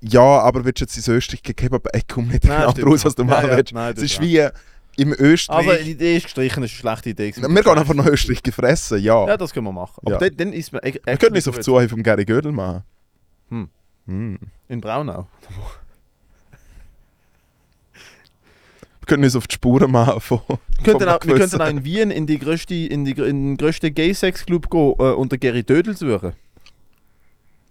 S1: Ja, aber willst du jetzt ins Österreich gehen, Kebab, ich komme nicht
S2: Nein,
S1: genau
S2: stimmt
S1: raus,
S2: schon.
S1: was du
S2: Ja,
S1: machen
S2: ja,
S1: willst.
S2: nein,
S1: es
S2: das
S1: ist wie im Österreich.
S2: Aber Also, die Idee ist gestrichen, das ist eine schlechte Idee. gewesen.
S1: wir gehen einfach nach Österreich gefressen, ja.
S2: Ja, das können wir machen. Aber
S1: Ja.
S2: dann, dann ist man e- echt-
S1: Wir könnten es auf die Suche von Gary Gödel machen.
S2: Hm.
S1: Hm.
S2: in Braunau.
S1: Wir könnten uns auf die Spuren machen von.
S2: Wir
S1: von
S2: könnten, auch, wir
S1: gewissen-
S2: könnten auch in Wien in, die grösste, in, die, in den grössten Gay-Sex-Club gehen äh, und den Gary Dödel suchen.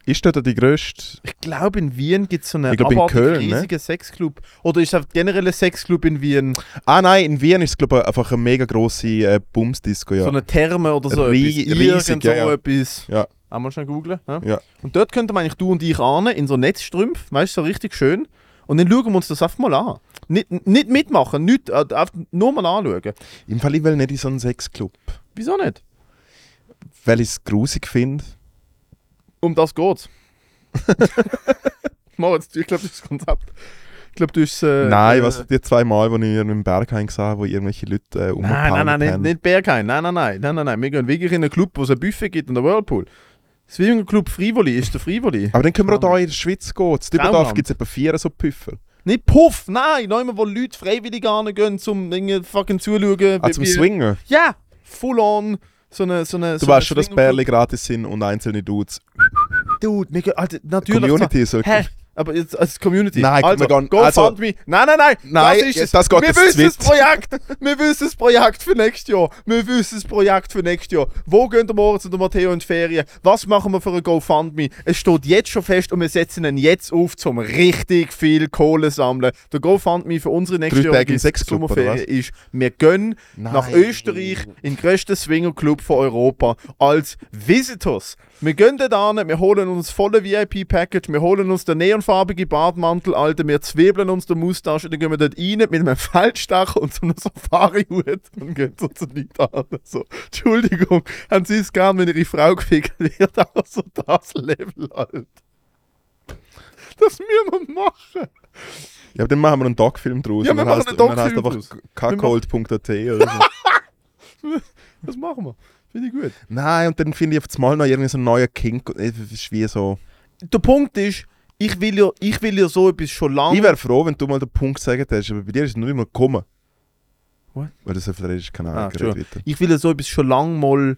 S1: Ist dort die grösste?
S2: Ich glaube, in Wien gibt es so einen
S1: Ich glaube, in
S2: abartig
S1: Köln, ne?
S2: riesigen Sexclub. Oder ist es einfach generell ein Sexclub in Wien?
S1: Ah nein, in Wien ist es glaube ich einfach eine mega grosse äh, Bumsdisco, ja.
S2: So eine Therme oder so
S1: Rie-
S2: etwas.
S1: riesig,
S2: Irgend
S1: ja,
S2: so
S1: ja.
S2: etwas.
S1: Ja.
S2: Einmal schnell googeln. Ja?
S1: Ja.
S2: Und dort könnte man eigentlich du und ich ahnen, in so Netzstrümpf, weißt du, so richtig schön. Und dann schauen wir uns das einfach mal an. Nicht, nicht mitmachen, nicht, äh, einfach nur mal anschauen.
S1: Im Fall ich will nicht in so einen Sexclub,
S2: Wieso nicht?
S1: weil ich es grusig finde.
S2: Um das geht's. Moritz, ich glaube, das ist das Konzept. glaube, du hast äh,
S1: nein,
S2: äh,
S1: was die zwei Mal, wo ich in einem Bergheim gesehen habe, wo irgendwelche Leute äh,
S2: Nein, nein, nein,
S1: umgepowert
S2: nicht,
S1: haben.
S2: nicht Berghain. Nein, nein, nein, nein, nein, nein. Wir gehen wirklich in einen Club, wo es ein Buffet gibt und einen Whirlpool. Swingerclub Frivoli ist der Frivoli.
S1: Aber dann können wir auch hier in der Schweiz gehen. Zu Dübendorf
S2: Traumland.
S1: gibt es etwa vier so Püffel.
S2: Nicht Puff, nein, nein, wo Leute freiwillig hingehen, zum irgendwie fucking zuschauen.
S1: Ah, zum
S2: wie-
S1: Swingen.
S2: Ja, full on. So eine, so eine,
S1: Du
S2: so eine
S1: weißt schon, dass
S2: Swingerclub-
S1: Bärli gratis sind und einzelne Dudes.
S2: Dude, wir gehen, Alter, natürlich.
S1: Community soll.
S2: Hä? Aber jetzt als Community.
S1: Nein,
S2: also,
S1: wir gehen-
S2: go
S1: also-
S2: fund me. Nein, nein, nein.
S1: Nein,
S2: das ist es.
S1: das geht
S2: wir
S1: jetzt
S2: wissen
S1: zu
S2: das
S1: weit.
S2: Projekt. Wir wissen das Projekt für nächstes Jahr. Wir wissen das Projekt für nächstes Jahr. Wo gehen der Moritz und der Matteo in die Ferien? Was machen wir für ein GoFundMe? Es steht jetzt schon fest und wir setzen ihn jetzt auf, zum richtig viel Kohle sammeln. Der GoFundMe für unsere nächste
S1: Drei
S2: Jahr
S1: Tage im Sexclub, oder
S2: Sommerferien ist, wir gehen
S1: Nein.
S2: nach Österreich in den grössten Swingerclub von Europa als Visitors. Wir gehen da hin, wir holen uns volle VIP-Package, wir holen uns den neonfarbige Bartmantel, Alter, wir zwiebeln uns den Moustache, dann gehen wir dort rein mit einem Feldstachel und so einem Safari-Hut und gehen so zu den Leuten an. So, Entschuldigung, haben Sie es gern, wenn Ihre Frau gefickt wird? Aber so das Level, Alter. Das müssen wir machen.
S1: Ja, aber dann machen wir einen Doc-Film draus.
S2: Ja,
S1: und
S2: wir
S1: dann
S2: machen
S1: heisst-
S2: einen
S1: und dann
S2: Doc-Film
S1: heisst
S2: draus.
S1: einfach kackold.at oder so.
S2: Das machen wir. Finde ich gut.
S1: Nein, und dann finde ich auf das Mal noch irgendwie so einen neuen King. Es ist wie so.
S2: der Punkt ist, ich will ja, ich will ja so etwas schon lange.
S1: Ich wäre froh, wenn du mal den Punkt sagen hättest, aber bei dir ist es nur immer gekommen.
S2: What?
S1: Weil das auf der ist keine
S2: Ah,
S1: Ahnung, red
S2: Entschuldigung.
S1: weiter.
S2: ich will ja so etwas schon lange mal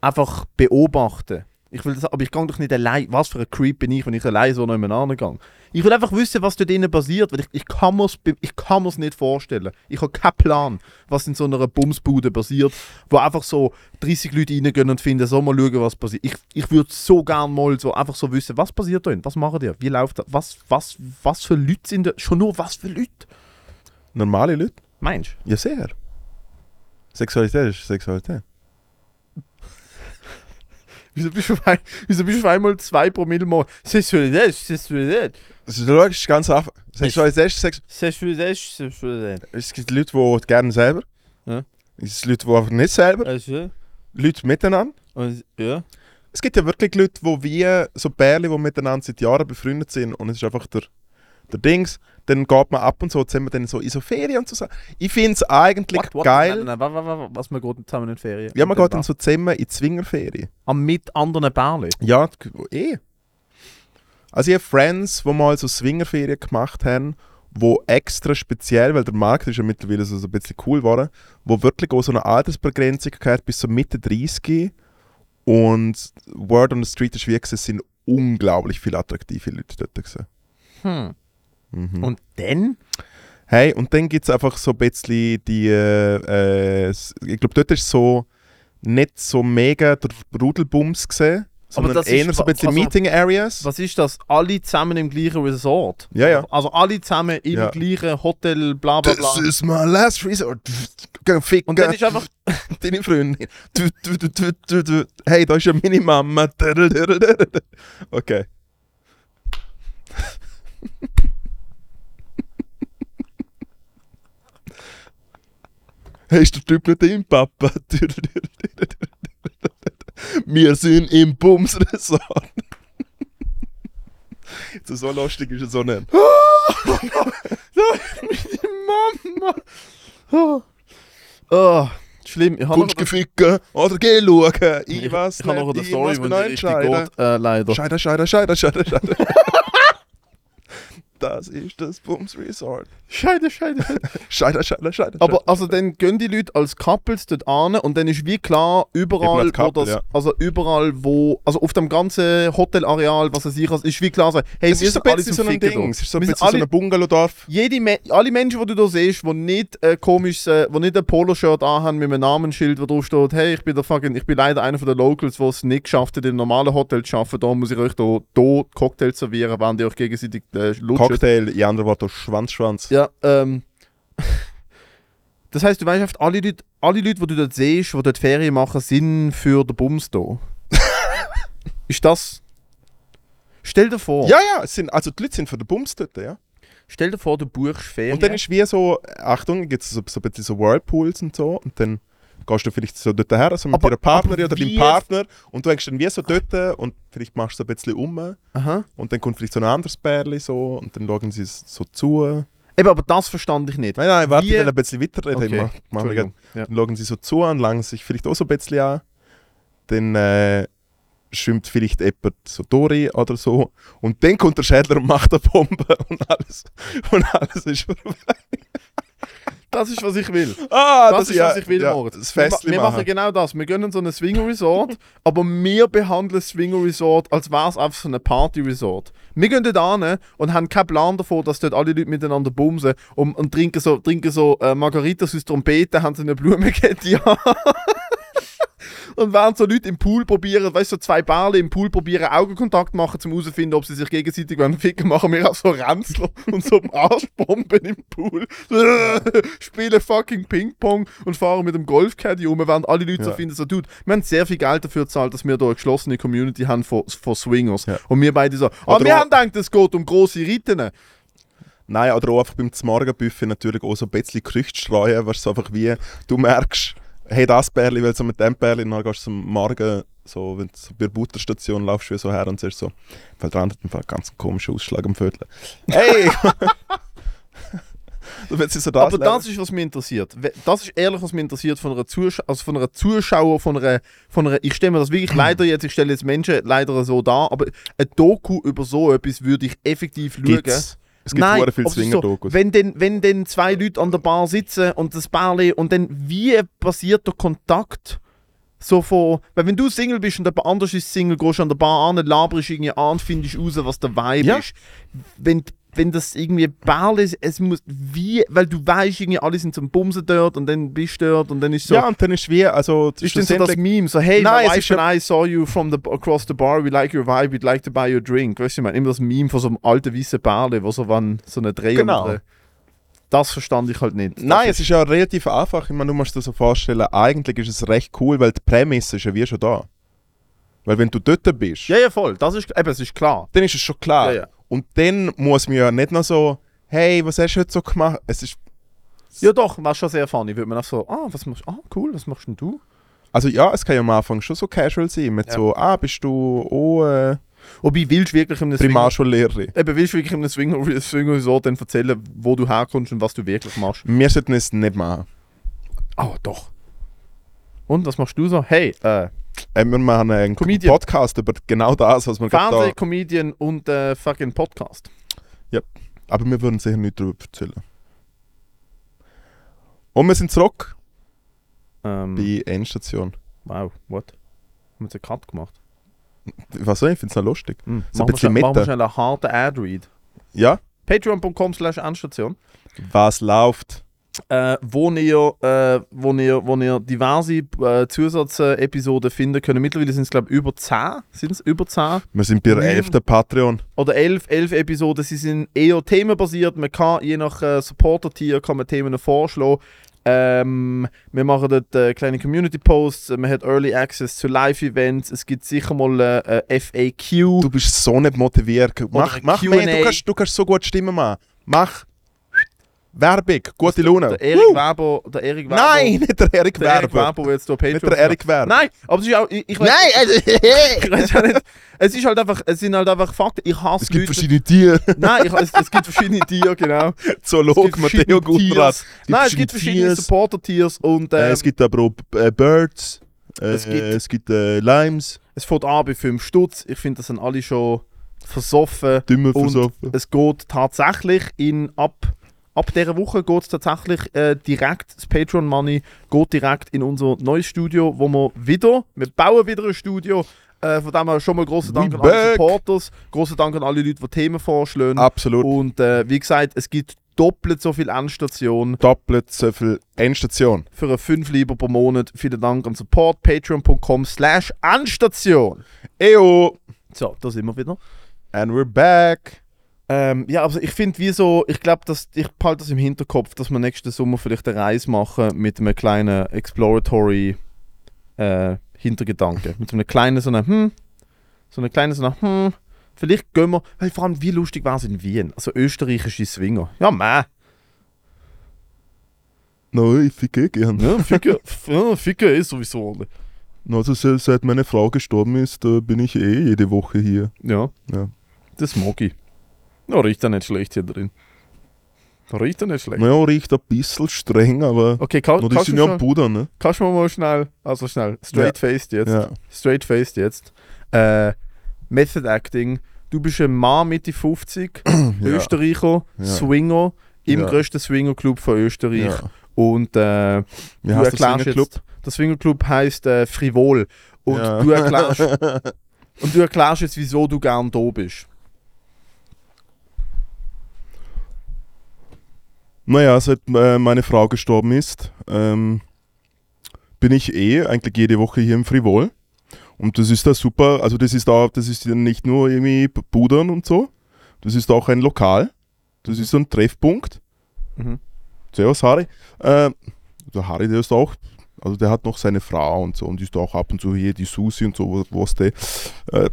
S2: einfach beobachten. Ich will das, aber ich gehe doch nicht allein. Was für ein Creep bin ich, wenn ich allein so nebeneinander gehe? Ich will einfach wissen, was dort innen passiert, weil ich, ich kann mir's be- ich kann mir's nicht vorstellen. Ich habe keinen Plan, was in so einer Bumsbude passiert, wo einfach so 30 Leute reingehen und finden, so mal schauen, was passiert. Ich, ich würde so gern mal so einfach so wissen, was passiert da innen? Was machen die? Wie läuft das? Was, was, was für Leute sind da? Schon nur was für Leute?
S1: Normale Leute?
S2: Meinst
S1: Ja, sehr. Sexualität ist Sexualität.
S2: du? Wieso bist du auf ein- wieso bist du auf einmal zwei Promille mal? Sexualität, Sexualität.
S1: Also, du schaust ganz einfach. Sexualität ist Sex.
S2: Sexualität, Sexualität.
S1: Es gibt Leute, die gerne selber.
S2: Ja.
S1: Es gibt Leute, die einfach nicht selber.
S2: Also,
S1: Leute miteinander.
S2: und, ja.
S1: Es gibt ja wirklich Leute, die wie so Bärli, die miteinander seit Jahren befreundet sind und es ist einfach der, der Dings. Dann geht man ab und so zusammen dann so in so Ferien und so. Sachen. Ich finde es eigentlich
S2: What, what?
S1: geil.
S2: Nein, nein, nein, wa- wa- wa- was man geht zusammen in die Ferien.
S1: Ja, man geht dann so zusammen in die Zwingerferien.
S2: Am mit anderen Bärli.
S1: Ja, g- eh. Also ich habe Friends, die mal so Swingerferien gemacht haben, wo extra speziell, weil der Markt ist ja mittlerweile so so ein bisschen cool geworden, wo wirklich auch so eine Altersbegrenzung gehabt bis so Mitte 30 und Word on the Street ist wie gewesen, es sind unglaublich viele attraktive Leute dort gewesen.
S2: Hm.
S1: Mhm.
S2: Und dann?
S1: Hey, und dann gibt es einfach so ein bisschen die, äh, äh, s- ich glaube dort ist so nicht so mega der Rudelbums gesehen, sondern
S2: das ist
S1: eher so ein
S2: wa-
S1: bisschen
S2: also-
S1: Meeting Areas.
S2: Was ist das? Alle zusammen im gleichen Resort.
S1: Ja, ja.
S2: Also alle zusammen im
S1: Ja.
S2: gleichen Hotel, bla bla bla.
S1: Das ist my last resort. Geh ficken.
S2: Und dann ist einfach.
S1: deine Freundin. Du, du, du, du, du, du. Hey, da ist ja meine Mama. Okay. Hey, ist der Typ nicht dein Papa? Wir sind im Bumsresort. So, so lustig ist es so nicht.
S2: Mama! Oh. Oh. Schlimm. Ich habe noch,
S1: Kommst du geficken oder geh schauen? Ich,
S2: ich, ich
S1: weiß
S2: hab noch eine
S1: nicht,
S2: Story,
S1: ich
S2: die
S1: muss genau
S2: nicht richtig
S1: entscheiden.
S2: geht, äh, leider.
S1: Scheiter, scheiter, scheiter, scheiter, scheiter. das ist das Bums Resort.
S2: Scheide, scheide, scheide.
S1: Scheiter, scheiter, scheiter.
S2: Aber also dann gehen die Leute als Couples dort an und dann ist wie klar,
S1: Eben
S2: überall,
S1: als Couple,
S2: wo das,
S1: ja.
S2: also überall, wo, also auf dem ganzen Hotelareal, was es sich ist, ist wie klar, so, hey,
S1: es
S2: wir
S1: ist so
S2: sind
S1: ein
S2: alle
S1: bisschen
S2: zum
S1: so ein
S2: Ficken
S1: Ding.
S2: da.
S1: Es ist so ein
S2: Wir sind
S1: bisschen so
S2: alle-
S1: ein Bungalowdorf.
S2: Jede Me alle Menschen, die du hier siehst, die nicht äh, komisch, äh, die nicht ein Poloshirt anhaben mit einem Namensschild, wo drauf steht, hey, ich bin der fucking, ich bin leider einer von den Locals, die es nicht geschafft hat, im normalen Hotel zu arbeiten, da muss ich euch da, da Cocktails servieren, während ihr euch gegenseitig äh, lutscht.
S1: Cocktail, in anderen Worten Schwanz, Schwanz.
S2: Ja, ähm. Das heißt, du weißt oft, alle Leute, alle Leute, die du dort siehst, die dort Ferien machen, sind für den Bums da. ist das. Stell dir vor,
S1: Ja, ja, es sind, also die Leute sind für den Bums dort, ja.
S2: stell dir vor, du buchst Ferien.
S1: Und dann ist wie so, Achtung, gibt es so, so ein bisschen so Whirlpools und so und dann gehst du vielleicht so dort her, so mit
S2: Aber-
S1: deiner Partnerin
S2: aber
S1: oder deinem
S2: wie-
S1: Partner und du hängst dann wie so dort und vielleicht machst du so ein bisschen um
S2: Aha.
S1: und dann kommt vielleicht so ein anderes Bärli so und dann schauen sie es so zu.
S2: Eben, aber das verstand ich nicht.
S1: Nein, nein, warte,
S2: Wie-
S1: dann ein bisschen weiterreden.
S2: Okay,
S1: Machen wir gleich.
S2: Entschuldigung. Ja.
S1: Dann schauen sie so zu an, langen sich vielleicht auch so ein bisschen an. Dann äh, schwimmt vielleicht jemand so durch oder so. Und dann kommt der Schädler und macht eine Bombe und alles, und alles ist vorbei.
S2: Das ist, was ich will.
S1: Ah,
S2: das, ist, was ich will, Moritz.
S1: Das
S2: wir, ma-
S1: Festchen
S2: wir machen
S1: machen.
S2: genau das. Wir gehen in so ein Swinger Resort, aber wir behandeln das Swinger Resort, als wäre es einfach so ein Party Resort. Wir gehen dort hin und haben keinen Plan davon, dass dort alle Leute miteinander bumsen und, und trinken so, trinken so äh, Margaritas aus Trompeten, haben so eine Blumenkette an. Und während so Leute im Pool probieren, weißt du, so zwei Bärle im Pool probieren, Augenkontakt machen, um herauszufinden, ob sie sich gegenseitig wollen ficken, machen wir auch so Ränzler und so Arschbomben im Pool. Spielen fucking Ping-Pong und fahren mit dem Golfcaddy um, während alle Leute so
S1: Ja.
S2: finden, so, Dude, wir haben sehr viel Geld dafür gezahlt, dass wir da eine geschlossene Community haben von, von Swingers.
S1: Ja.
S2: Und wir beide so, ah,
S1: Oder
S2: wir
S1: auch-
S2: haben gedacht, es geht um grosse Riten.
S1: Nein, oder auch einfach beim Zmorgenbuffet natürlich auch so ein bisschen Gerüchte streuen, was so einfach wie, du merkst, hey, das Bärli, weil so mit dem Bärli, und dann gehst du zum Morgen, so, wenn du so bei der Butterstation laufst, wie so her und siehst so, weil der andere hat im Fall einen ganz komischen Ausschlag am Viertel. Hey! du willst so das
S2: Aber
S1: lernen?
S2: das ist, was mich interessiert. We- Das ist ehrlich, was mich interessiert von einer, Zusch also von einer Zuschauer, von einer, von einer. Ich stelle mir das wirklich leider jetzt, ich stelle jetzt Menschen leider so dar, aber ein Doku über so etwas würde ich effektiv schauen.
S1: Gibt's. Es gibt sehr viele
S2: aber es ist
S1: Swinger-Dokus.
S2: So, wenn, denn, wenn denn zwei Leute an der Bar sitzen und das Bärli und dann wie passiert der Kontakt? So von, weil wenn du Single bist und jemand anders ist Single, gehst du an der Bar an, laberst irgendwie an, findest raus, was der Vibe
S1: Ja.
S2: ist. Wenn, wenn das irgendwie Bärli ist, es muss wie, weil du weißt irgendwie, alle sind zum Bumsen dort und dann bist du dort und dann ist so,
S1: ja, und dann ist wie, also,
S2: ist dann so das Meme, so hey,
S1: Nein, es
S2: my
S1: ist
S2: wife and I saw you from the, across the bar, we like your vibe, we'd like to buy your drink. Weißt du, ich meine, immer das Meme von so einem alten weißen Bärle, wo so wann so eine Dreh
S1: Genau.
S2: umdreht. Das verstand ich halt nicht.
S1: Nein, es ist ja relativ einfach. Ich meine, du musst dir so vorstellen, eigentlich ist es recht cool, weil die Prämisse ist ja wie schon da. Weil wenn du dort bist,
S2: Ja, ja, voll. Das ist, eben, es ist klar.
S1: dann ist es schon klar.
S2: Ja, ja.
S1: Und dann muss man ja nicht noch so, hey, was hast du heute so gemacht? Es ist,
S2: Ja, doch, war schon sehr funny. Würde man auch so, ah, was machst Ah, cool, was machst denn du?
S1: also ja, es kann ja am Anfang schon so casual sein, mit
S2: Ja.
S1: so, ah, bist du oh, äh,
S2: Wobei, willst du wirklich in einem Swinger,
S1: Primarschullehrerin?
S2: eben, willst du wirklich in einem Swinger, Swinger Resort dann erzählen, wo du herkommst und was du wirklich machst?
S1: Wir sollten es nicht machen.
S2: Ah, doch. Und, was machst du so? Hey, äh,
S1: Äh, wir machen einen
S2: Comedian.
S1: Podcast über genau das, was wir gerade
S2: Fernseh, Comedian und äh, fucking Podcast.
S1: da... Aber wir würden sicher nichts darüber erzählen. Und wir sind zurück
S2: Ähm,
S1: bei Endstation.
S2: Wow, what? Haben wir jetzt einen Cut gemacht?
S1: Was soll ich? Ich finde es noch lustig.
S2: Hm.
S1: So ein
S2: machen, wir
S1: bisschen
S2: schnell, machen wir
S1: Meta.
S2: schnell einen harten Ad-Read.
S1: Ja?
S2: Patreon.com slash Endstation.
S1: Was läuft?
S2: äh, wo, ihr, äh, wo, ihr, wo ihr diverse äh, Zusatzepisoden finden könnt. Mittlerweile sind es, glaube ich, über 10. Sind es über 10?
S1: Wir sind bei der
S2: Wir-
S1: 11. Patreon.
S2: Oder 11, 11 Episoden. Sie sind eher themenbasiert. Man kann, je nach äh, Supporter-Tier, kann man Themen vorschlagen. Ähm, wir machen dort äh, kleine Community-Posts. Äh, Man hat Early Access zu Live-Events. Es gibt sicher mal äh, äh, FAQ.
S1: Du bist so nicht motiviert. Mach,
S2: ein
S1: mach mehr,
S2: Q&A.
S1: du kannst, du kannst so gut Stimmen machen. Mach Werbung, gute Laune.
S2: Der Erik
S1: Woo!
S2: Werber, der Erik Werber,
S1: Nein, nicht der Erik
S2: der Erik
S1: Werber.
S2: Werber, der jetzt hier Patreon
S1: Nicht der Erik Werber.
S2: Nein, aber es ist auch, ich, ich
S1: Nein, also,
S2: Ich weiß auch nicht. Es ist halt einfach, es sind halt einfach Fakten. Ich hasse
S1: es gibt
S2: Leute.
S1: verschiedene Tiere.
S2: Nein, ich, es, es gibt verschiedene Tiere, genau.
S1: Zoolog, Matteo Gutrat.
S2: Tiers. Nein, es gibt verschiedene Supporter-Tiers und
S1: Äh,
S2: ähm,
S1: es gibt aber auch äh, Birds. Äh,
S2: Es
S1: es
S2: gibt-
S1: gibt, es gibt äh, Limes.
S2: es fängt an bei 5 Stutz. Ich finde, das sind alle schon versoffen.
S1: Dümmer
S2: Und-
S1: versoffen.
S2: Es geht tatsächlich in ab. Ab dieser Woche geht es tatsächlich äh, direkt, das Patreon Money geht direkt in unser neues Studio, wo wir wieder, wir bauen wieder ein Studio. Äh, von dem her schon mal großen Dank
S1: We
S2: an alle
S1: back.
S2: Supporters, großen Dank an alle Leute, die Themen vorschlagen.
S1: Absolut.
S2: Und äh, wie gesagt, es gibt doppelt so viele Endstationen
S1: Doppelt so viel Endstation.
S2: für einen 5 Lieber pro Monat. Vielen Dank an Support, patreon.com slash Endstation.
S1: Eyo!
S2: So, da sind wir wieder.
S1: And we're back.
S2: Ähm, ja, also ich finde wie so, ich glaube, dass ich behalte das im Hinterkopf, dass wir nächsten Sommer vielleicht eine Reise machen mit einem kleinen Exploratory äh, Hintergedanke. Mit so einem kleinen, so einem hm, so einem kleinen, so einem hm, vielleicht gehen wir, weil vor allem wie lustig war es in Wien, also österreichische Swinger. Ja, man.
S1: Nein, ich ficke gern.
S2: Ja, Ficker, ja, Ficker ist sowieso alle.
S1: Also se- seit meine Frau gestorben ist, äh, bin ich eh jede Woche hier.
S2: Ja.
S1: Ja.
S2: Das mag ich. Ja, riecht ja nicht schlecht hier drin. Riecht er nicht schlecht.
S1: Naja, riecht ein bisschen streng, aber.
S2: Okay, ka
S1: Nur die
S2: kannst,
S1: sind
S2: du
S1: ja am
S2: schon,
S1: Puder, ne?
S2: kannst du mir mal schnell, also schnell, straight-faced jetzt.
S1: Ja.
S2: Straight-faced jetzt. Äh, Method Acting. Du bist ein Mann Mitte 50,
S1: ja.
S2: Österreicher,
S1: Ja.
S2: Swinger, im
S1: Ja.
S2: größten Swinger-Club von Österreich.
S1: Ja.
S2: Und äh,
S1: Wie
S2: du
S1: heißt der
S2: erklärst
S1: Swingerclub?
S2: jetzt, der Swingerclub heißt äh, Frivol. Und,
S1: Ja.
S2: du erklärst, und du erklärst jetzt, wieso du gern da bist.
S1: Naja, seit äh, meine Frau gestorben ist, ähm, bin ich eh eigentlich jede Woche hier im Frivol. Und das ist da super, also das ist da, das ist ja nicht nur irgendwie Pudern und so, das ist auch ein Lokal, das ist so ein Treffpunkt.
S2: Mhm.
S1: Servus Harry. Äh, der Harry, der ist auch, also der hat noch seine Frau und so und die ist auch ab und zu hier, die Susi und so, was der. Äh,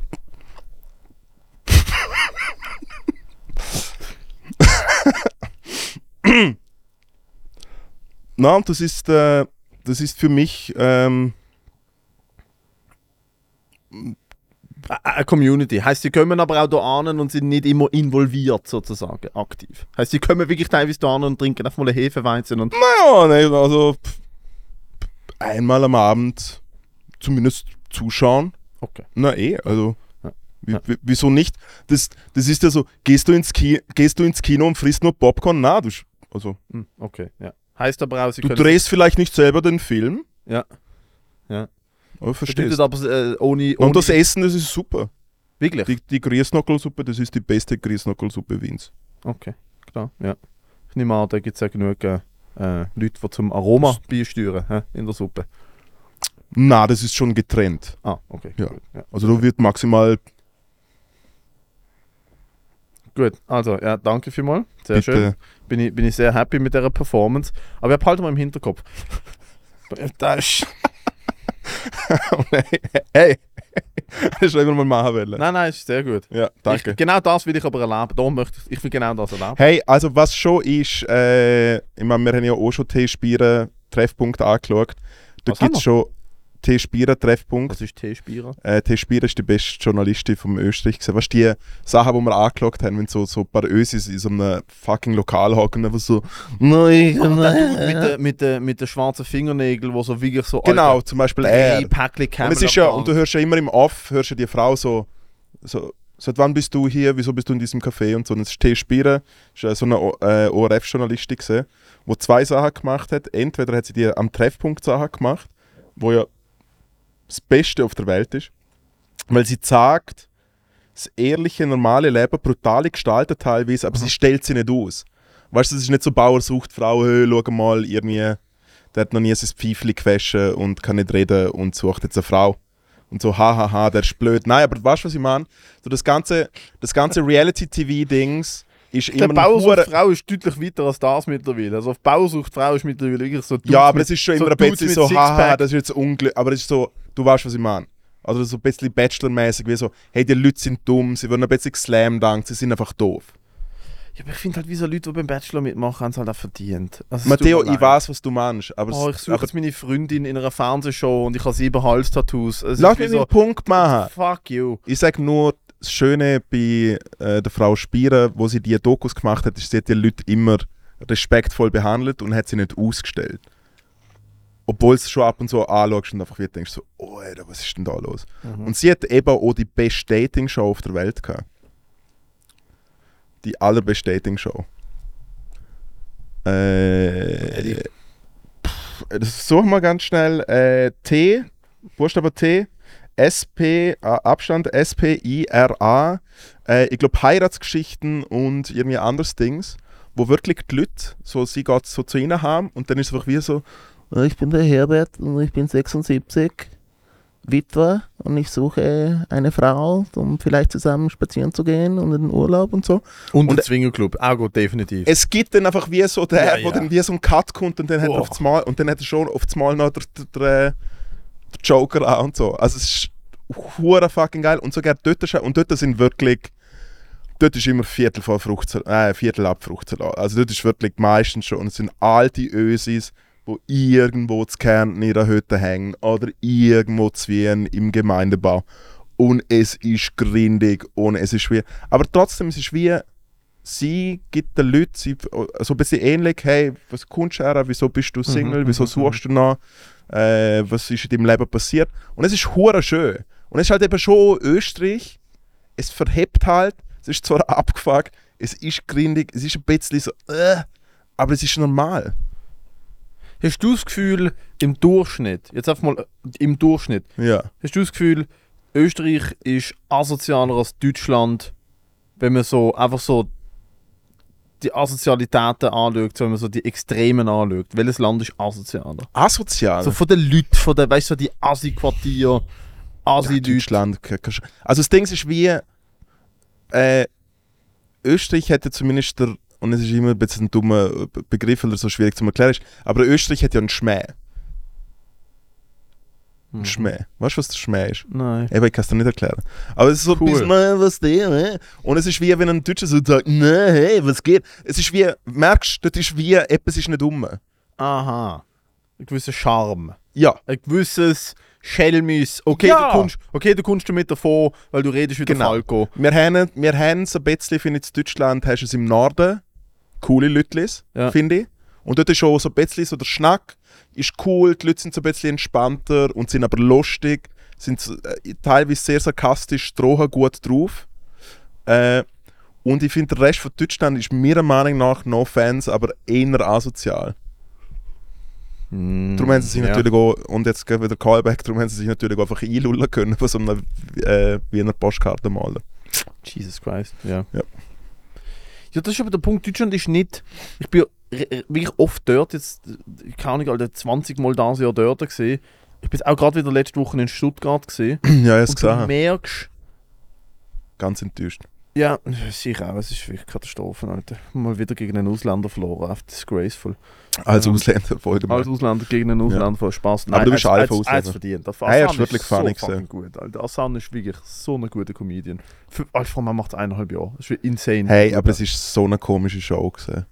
S1: Na, und das ist, äh, das ist für mich, ähm,
S2: Ä- Eine Community. Heißt, sie kommen aber auch da an und sind nicht immer involviert, sozusagen, aktiv. Heißt, sie kommen wirklich teilweise da an und trinken einfach mal einen Hefeweinzen und.
S1: naja, ne, also pff, einmal am Abend zumindest zuschauen.
S2: Okay.
S1: Na eh, also
S2: Ja.
S1: w-
S2: Ja.
S1: w- wieso nicht? Das, das ist ja so, gehst du, ins Ki gehst du ins Kino und frisst nur Popcorn? Na, du, sch- also,
S2: Hm, Okay, ja. Heißt aber auch, sie
S1: du
S2: können.
S1: drehst vielleicht nicht selber den Film.
S2: Ja. Ja.
S1: Aber
S2: Das
S1: verstehst
S2: bedeutet aber äh, ohne. ohne
S1: Und das Essen, das ist super.
S2: wirklich.
S1: Die, die Grießnockelsuppe, das ist die beste Grießnockelsuppe Wiens.
S2: Okay, klar, ja. Ich nehme an, da gibt es ja genug äh, äh, Leute, die zum Aroma beisteuern hä, in der Suppe.
S1: Na, das ist schon getrennt.
S2: Ah, okay.
S1: Ja.
S2: Gut, ja.
S1: Also da wird maximal
S2: gut, also, ja, danke vielmals. Sehr schön.
S1: bitte.
S2: Bin ich, bin ich sehr happy mit dieser Performance. Aber ich behalte mal im Hinterkopf. da ist.
S1: Oh, hey, schreiben wir mal Mahavelle.
S2: Nein, nein, ist sehr gut.
S1: Ja, danke.
S2: Ich, genau das will ich aber erleben. Darum möchte ich, ich will genau das erleben.
S1: Hey, also was schon ist, äh, ich meine, wir haben ja auch schon T-Spieren Treffpunkt angeschaut. Da
S2: Was haben
S1: gibt es schon T-Spieren Treffpunkt.
S2: Das ist Teespierer.
S1: Äh, T-Spieren ist die beste Journalistin vom Österreich. gewesen. Weißt du, die Sachen, die wir angeschaut haben, wenn so, so ein paar Ösis in so einem fucking Lokal hocken, einfach so. Nein,
S2: Und der Dude mit,
S1: nein.
S2: den- mit, den- mit den schwarzen Fingernägeln, wo so wirklich so
S1: äh. Genau, zum Beispiel er.
S2: alte Päckchen
S1: Und, es ist ja, und du hörst ja immer im Off, hörst ja die Frau so, so, seit wann bist du hier, wieso bist du in diesem Café und so. Und das ist T. Spira, ist äh, so eine O- äh, ORF-Journalistin gesehen, wo zwei Sachen gemacht hat. Entweder hat sie die am Treffpunkt Sachen gemacht, wo ja das Beste auf der Welt ist, weil sie sagt, das ehrliche, normale Leben brutal gestaltet teilweise, aber
S2: Mhm.
S1: sie stellt sie nicht aus. Weißt du, es ist nicht so Bauer sucht Frau, hey, schau mal, irgendwie, der hat noch nie sein Pfeifchen gewaschen und kann nicht reden und sucht jetzt eine Frau. Und so, hahaha, der ist blöd. Nein, aber weißt du, was ich meine? So das ganze, das ganze Reality-TV-Dings ist
S2: Der
S1: immer
S2: Bauer
S1: noch hure-
S2: sucht Frau ist deutlich weiter als das mittlerweile. Also auf Bauer sucht Frau ist mittlerweile wirklich so Dudes
S1: Ja, aber
S2: mit-
S1: es ist schon
S2: so
S1: immer ein
S2: Dudes
S1: bisschen
S2: mit
S1: so, haha,
S2: Sixpack.
S1: das ist jetzt unglücklich. Aber es ist so, du weißt, was ich meine. Also so ein bisschen Bachelor-mäßig, wie so, hey, die Leute sind dumm, sie würden ein bisschen geslamdankt, sie sind einfach doof.
S2: Ja, aber ich finde halt, wie so Leute, die beim Bachelor mitmachen, haben es halt auch verdient. Also, es tut
S1: Matteo,
S2: mir leid.
S1: ich weiß, was du meinst, aber,
S2: Oh, ich
S1: es-
S2: suche
S1: aber
S2: jetzt meine Freundin in einer Fernsehshow und ich habe sieben Hals-Tattoos. Es ist
S1: lass
S2: wie
S1: mich
S2: so,
S1: den Punkt machen.
S2: Fuck you.
S1: Ich sage nur, das Schöne bei äh, der Frau Spira, wo sie die Dokus gemacht hat, ist, sie hat die Leute immer respektvoll behandelt und hat sie nicht ausgestellt. Obwohl es schon ab und zu anschaust und einfach wieder denkst so, oh, Alter, was ist denn da los? Und sie hat eben auch die beste Dating-Show auf der Welt gehabt. Die allerbeste Dating-Show. Äh, pff, das suchen wir ganz schnell. Äh, T, Buchstabe T, SP, äh, Abstand S-P-I-R-A. Äh, ich glaube Heiratsgeschichten und irgendwie anderes Dings, wo wirklich die Leute, so sie geht so zu ihnen haben und dann ist es einfach wie so,
S3: Äh, Ich bin der Herbert und ich bin 76, Witwer und ich suche eine Frau, um vielleicht zusammen spazieren zu gehen und in den Urlaub und so.
S2: Und, der Zwingerclub, auch gut, definitiv.
S1: Es gibt dann einfach wie so der,
S2: Ja,
S1: wo
S2: ja.
S1: dann wie so ein Cut kommt und dann hat er
S2: Boah.
S1: aufs Mal und dann hat er schon aufs Mal noch der, der, der äh, der Joker an und so. Also es ist hure fucking geil und sogar dort ist, und dort sind wirklich dort ist immer Viertel vor Fruchtsalat, äh, Viertel ab Fruchtsalat. Also dort ist wirklich meistens schon und es sind alte Ösis, wo irgendwo zu Kärnten in der Hütte hängen oder irgendwo zu Wien im Gemeindebau und es ist grindig und es ist wie, aber trotzdem es ist wie sie gibt den Leuten sie, so ein bisschen ähnlich, hey, was kommst du her, wieso bist du Single,
S2: Mhm,
S1: wieso
S2: mhm,
S1: suchst du noch, äh, was ist in deinem Leben passiert. Und es ist hure schön. Und es ist halt eben schon Österreich, es verhebt halt, es ist zwar abgefuckt, es ist grindig, es ist ein bisschen so, äh, aber es ist normal.
S2: Hast du das Gefühl, im Durchschnitt, jetzt einfach mal äh, im Durchschnitt,
S1: Ja.
S2: hast du das Gefühl, Österreich ist asozialer als Deutschland, wenn man so einfach so die Asozialitäten anschaut, so wenn man so die Extremen anschaut? Welches Land ist asozialer?
S1: Asozial.
S2: So von den Leuten, von den, weißt du, so die
S1: Ja,
S2: Asi-Quartier, Asi-Deutsch.
S1: Deutschland. ke- ke- Also das Ding ist wie, äh, Österreich hätte zumindest der, und es ist immer ein bisschen ein dummer Be- Begriff, weil er so schwierig zu erklären ist, aber Österreich hat ja einen Schmäh. Einen Schmäh. Weißt du, was der Schmäh ist?
S2: Nein.
S1: Eben, ich kann es dir nicht erklären. Aber es ist so ein
S2: Cool.
S1: bisschen, äh, was der, ne? Und es ist wie, wenn ein Deutscher so sagt, ne, hey, was geht? Es ist wie, merkst du, das ist wie, etwas ist nicht um. dumm.
S2: Aha. Ein gewisser Charme.
S1: Ja,
S2: Ein gewisses Schelmis. Okay,
S1: Ja.
S2: du kommst, okay, du kommst damit davon, weil du redest wie der
S1: Genau.
S2: Falco.
S1: wir haben, wir haben es ein bisschen, finde ich, in Deutschland hast du es im Norden. Coole Lütlis,
S2: Ja.
S1: finde ich. Und dort ist schon so ein bisschen so der Schnack, ist cool, die Leute sind so ein bisschen entspannter und sind aber lustig, sind so, äh, teilweise sehr sarkastisch, drohen gut drauf. Äh, und ich finde, der Rest von Deutschland ist meiner Meinung nach no Fans, aber eher asozial. Darum haben sie sich
S2: Mhm, ja.
S1: natürlich auch, und jetzt geht wieder Callback, darum haben sie sich natürlich auch einfach einlullen können von so einem äh, Wiener Postkartenmaler.
S2: Jesus Christ, ja.
S1: Ja.
S2: Ja, das ist aber der Punkt. Deutschland ist nicht. Ich bin ja re- re- wirklich oft dort, jetzt, ich kann nicht, Alter, 20 Mal dieses Jahr dort gesehen. Ich bin jetzt auch gerade wieder letzte Woche in Stuttgart gesehen.
S1: ja, ich
S2: Und du
S1: habe es
S2: merkst,
S1: Ganz enttäuscht.
S2: Ja, sicher auch. Es ist wirklich Katastrophe, Alter. Mal wieder gegen einen Ausländer verloren. Einfach disgraceful.
S1: Als
S2: Ähm,
S1: Ausländer folgen
S2: Als Ausländer gegen einen Ausländer verloren. Spaß.
S1: du bist
S2: als,
S1: einfach
S2: als,
S1: Ausländer.
S2: als verdient. Der
S1: Nein, er ist
S2: Hassan
S1: wirklich funny
S2: so
S1: gewesen.
S2: fucking gut, Alter. Hassan ist wirklich so ein guter Comedian. Für, Alter, man macht eineinhalb Jahre. Das ist wie insane.
S1: Hey, aber es ist so eine komische Show gewesen.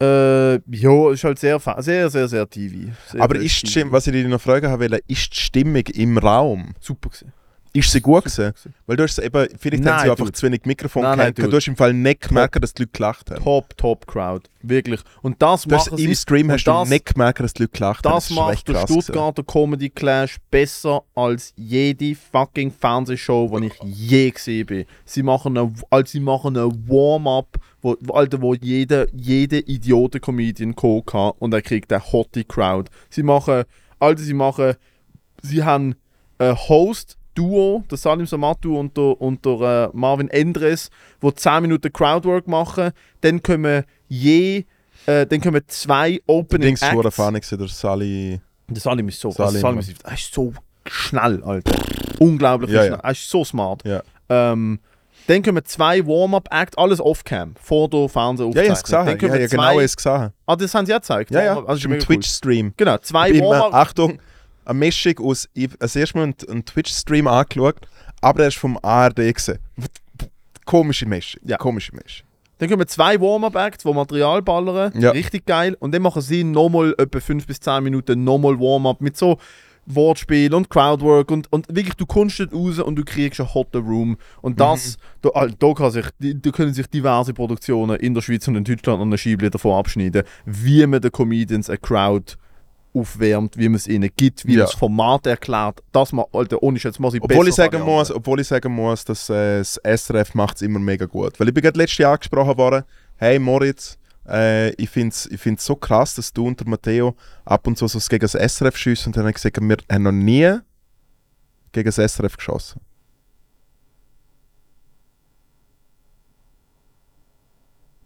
S2: Äh, jo, ist halt sehr, fa- sehr, sehr, sehr TV. Sehr,
S1: Aber
S2: sehr
S1: ist die
S2: TV.
S1: Stimmung, was ich dir noch fragen habe, wollte, ist die Stimmung im Raum,
S2: Super gewesen.
S1: ist sie gut gewesen? Weil du hast es eben, vielleicht
S2: Nein,
S1: haben sie einfach
S2: Dude.
S1: zu wenig Mikrofon
S2: Nein, nein,
S1: gehabt. Du hast im Fall nicht gemerkt, dass die Leute gelacht haben.
S2: Top, top Crowd. Wirklich. Und das
S1: Du hast,
S2: machen
S1: Im
S2: sie...
S1: Stream
S2: und
S1: hast du
S2: das-
S1: nicht gemerkt, dass die Leute gelacht haben.
S2: Das
S1: ist
S2: macht
S1: recht
S2: der
S1: krass gewesen.
S2: Stuttgarter Comedy Clash besser als jede fucking Fernsehshow, die ich je gesehen bin. Sie machen eine, als sie machen eine Warm-up, wo, wo- Alter, wo jeder jede Idioten Comedian geholt hat und er kriegt eine hotte Crowd. Sie machen, Alter, sie machen, sie haben ein Host Duo, der Salim Samatu und der, und der äh, Marvin Endres, wo 10 Minuten Crowdwork machen, dann kommen je äh, dann kommen zwei Opening
S1: Dings war
S2: Acts.
S1: erfahren, gewesen, der Sally.
S2: Der Salim ist so,
S1: Salim.
S2: Also Salim ist, er ist so schnell, Alter. Unglaublich
S1: Ja, ja.
S2: schnell. Er ist so smart.
S1: Ja.
S2: Ähm, dann kommen zwei Warm-Up-Act, alles off-cam. Foto, Fernsehen,
S1: Ja, ich habe es
S2: aufzeichnen.
S1: gesehen.
S2: Dann
S1: Ich habe
S2: kommen
S1: ja
S2: zwei,
S1: genau es gesehen.
S2: Ah, das haben sie ja gezeigt.
S1: Ja, ja.
S2: Warm-up. Also,
S1: Im
S2: mega cool.
S1: Twitch-Stream.
S2: Genau,
S1: Ich
S2: zwei
S1: bin mir,
S2: Warm-Up.
S1: Achtung, eine Mischung aus, ich habe das erste Mal einen, einen Twitch-Stream angeschaut, aber er ist vom ARD. Gewesen. Komische Mischung.
S2: Ja.
S1: Komische Mischung.
S2: Dann kommen zwei Warm-Up-Acts, die Material ballern.
S1: Ja.
S2: Richtig geil. Und dann machen sie nochmal etwa 5 bis 10 Minuten nochmal Warm-Up mit so Wortspiel und Crowdwork und, und wirklich, du kommst dort raus und du kriegst einen hotten Room.
S1: Mhm.
S2: Und das, da, also, da, kann sich, da können sich diverse Produktionen in der Schweiz und in Deutschland an der Scheibe davon abschneiden, wie man den Comedians eine Crowd aufwärmt, wie man es ihnen gibt, wie
S1: Ja.
S2: man das Format erklärt. Das mal, Alter, ohne Schätze, mal sie
S1: Obwohl
S2: besser
S1: ich, sagen
S2: Variante.
S1: muss, obwohl ich sagen muss, dass äh, das SRF macht es immer mega gut. Weil ich bin gerade letztes Jahr angesprochen worden, hey Moritz, äh, ich finde es ich find's so krass, dass du und der Matteo ab und zu so gegen das SRF schiessen und dann habe ich gesagt, wir haben noch nie gegen das SRF geschossen.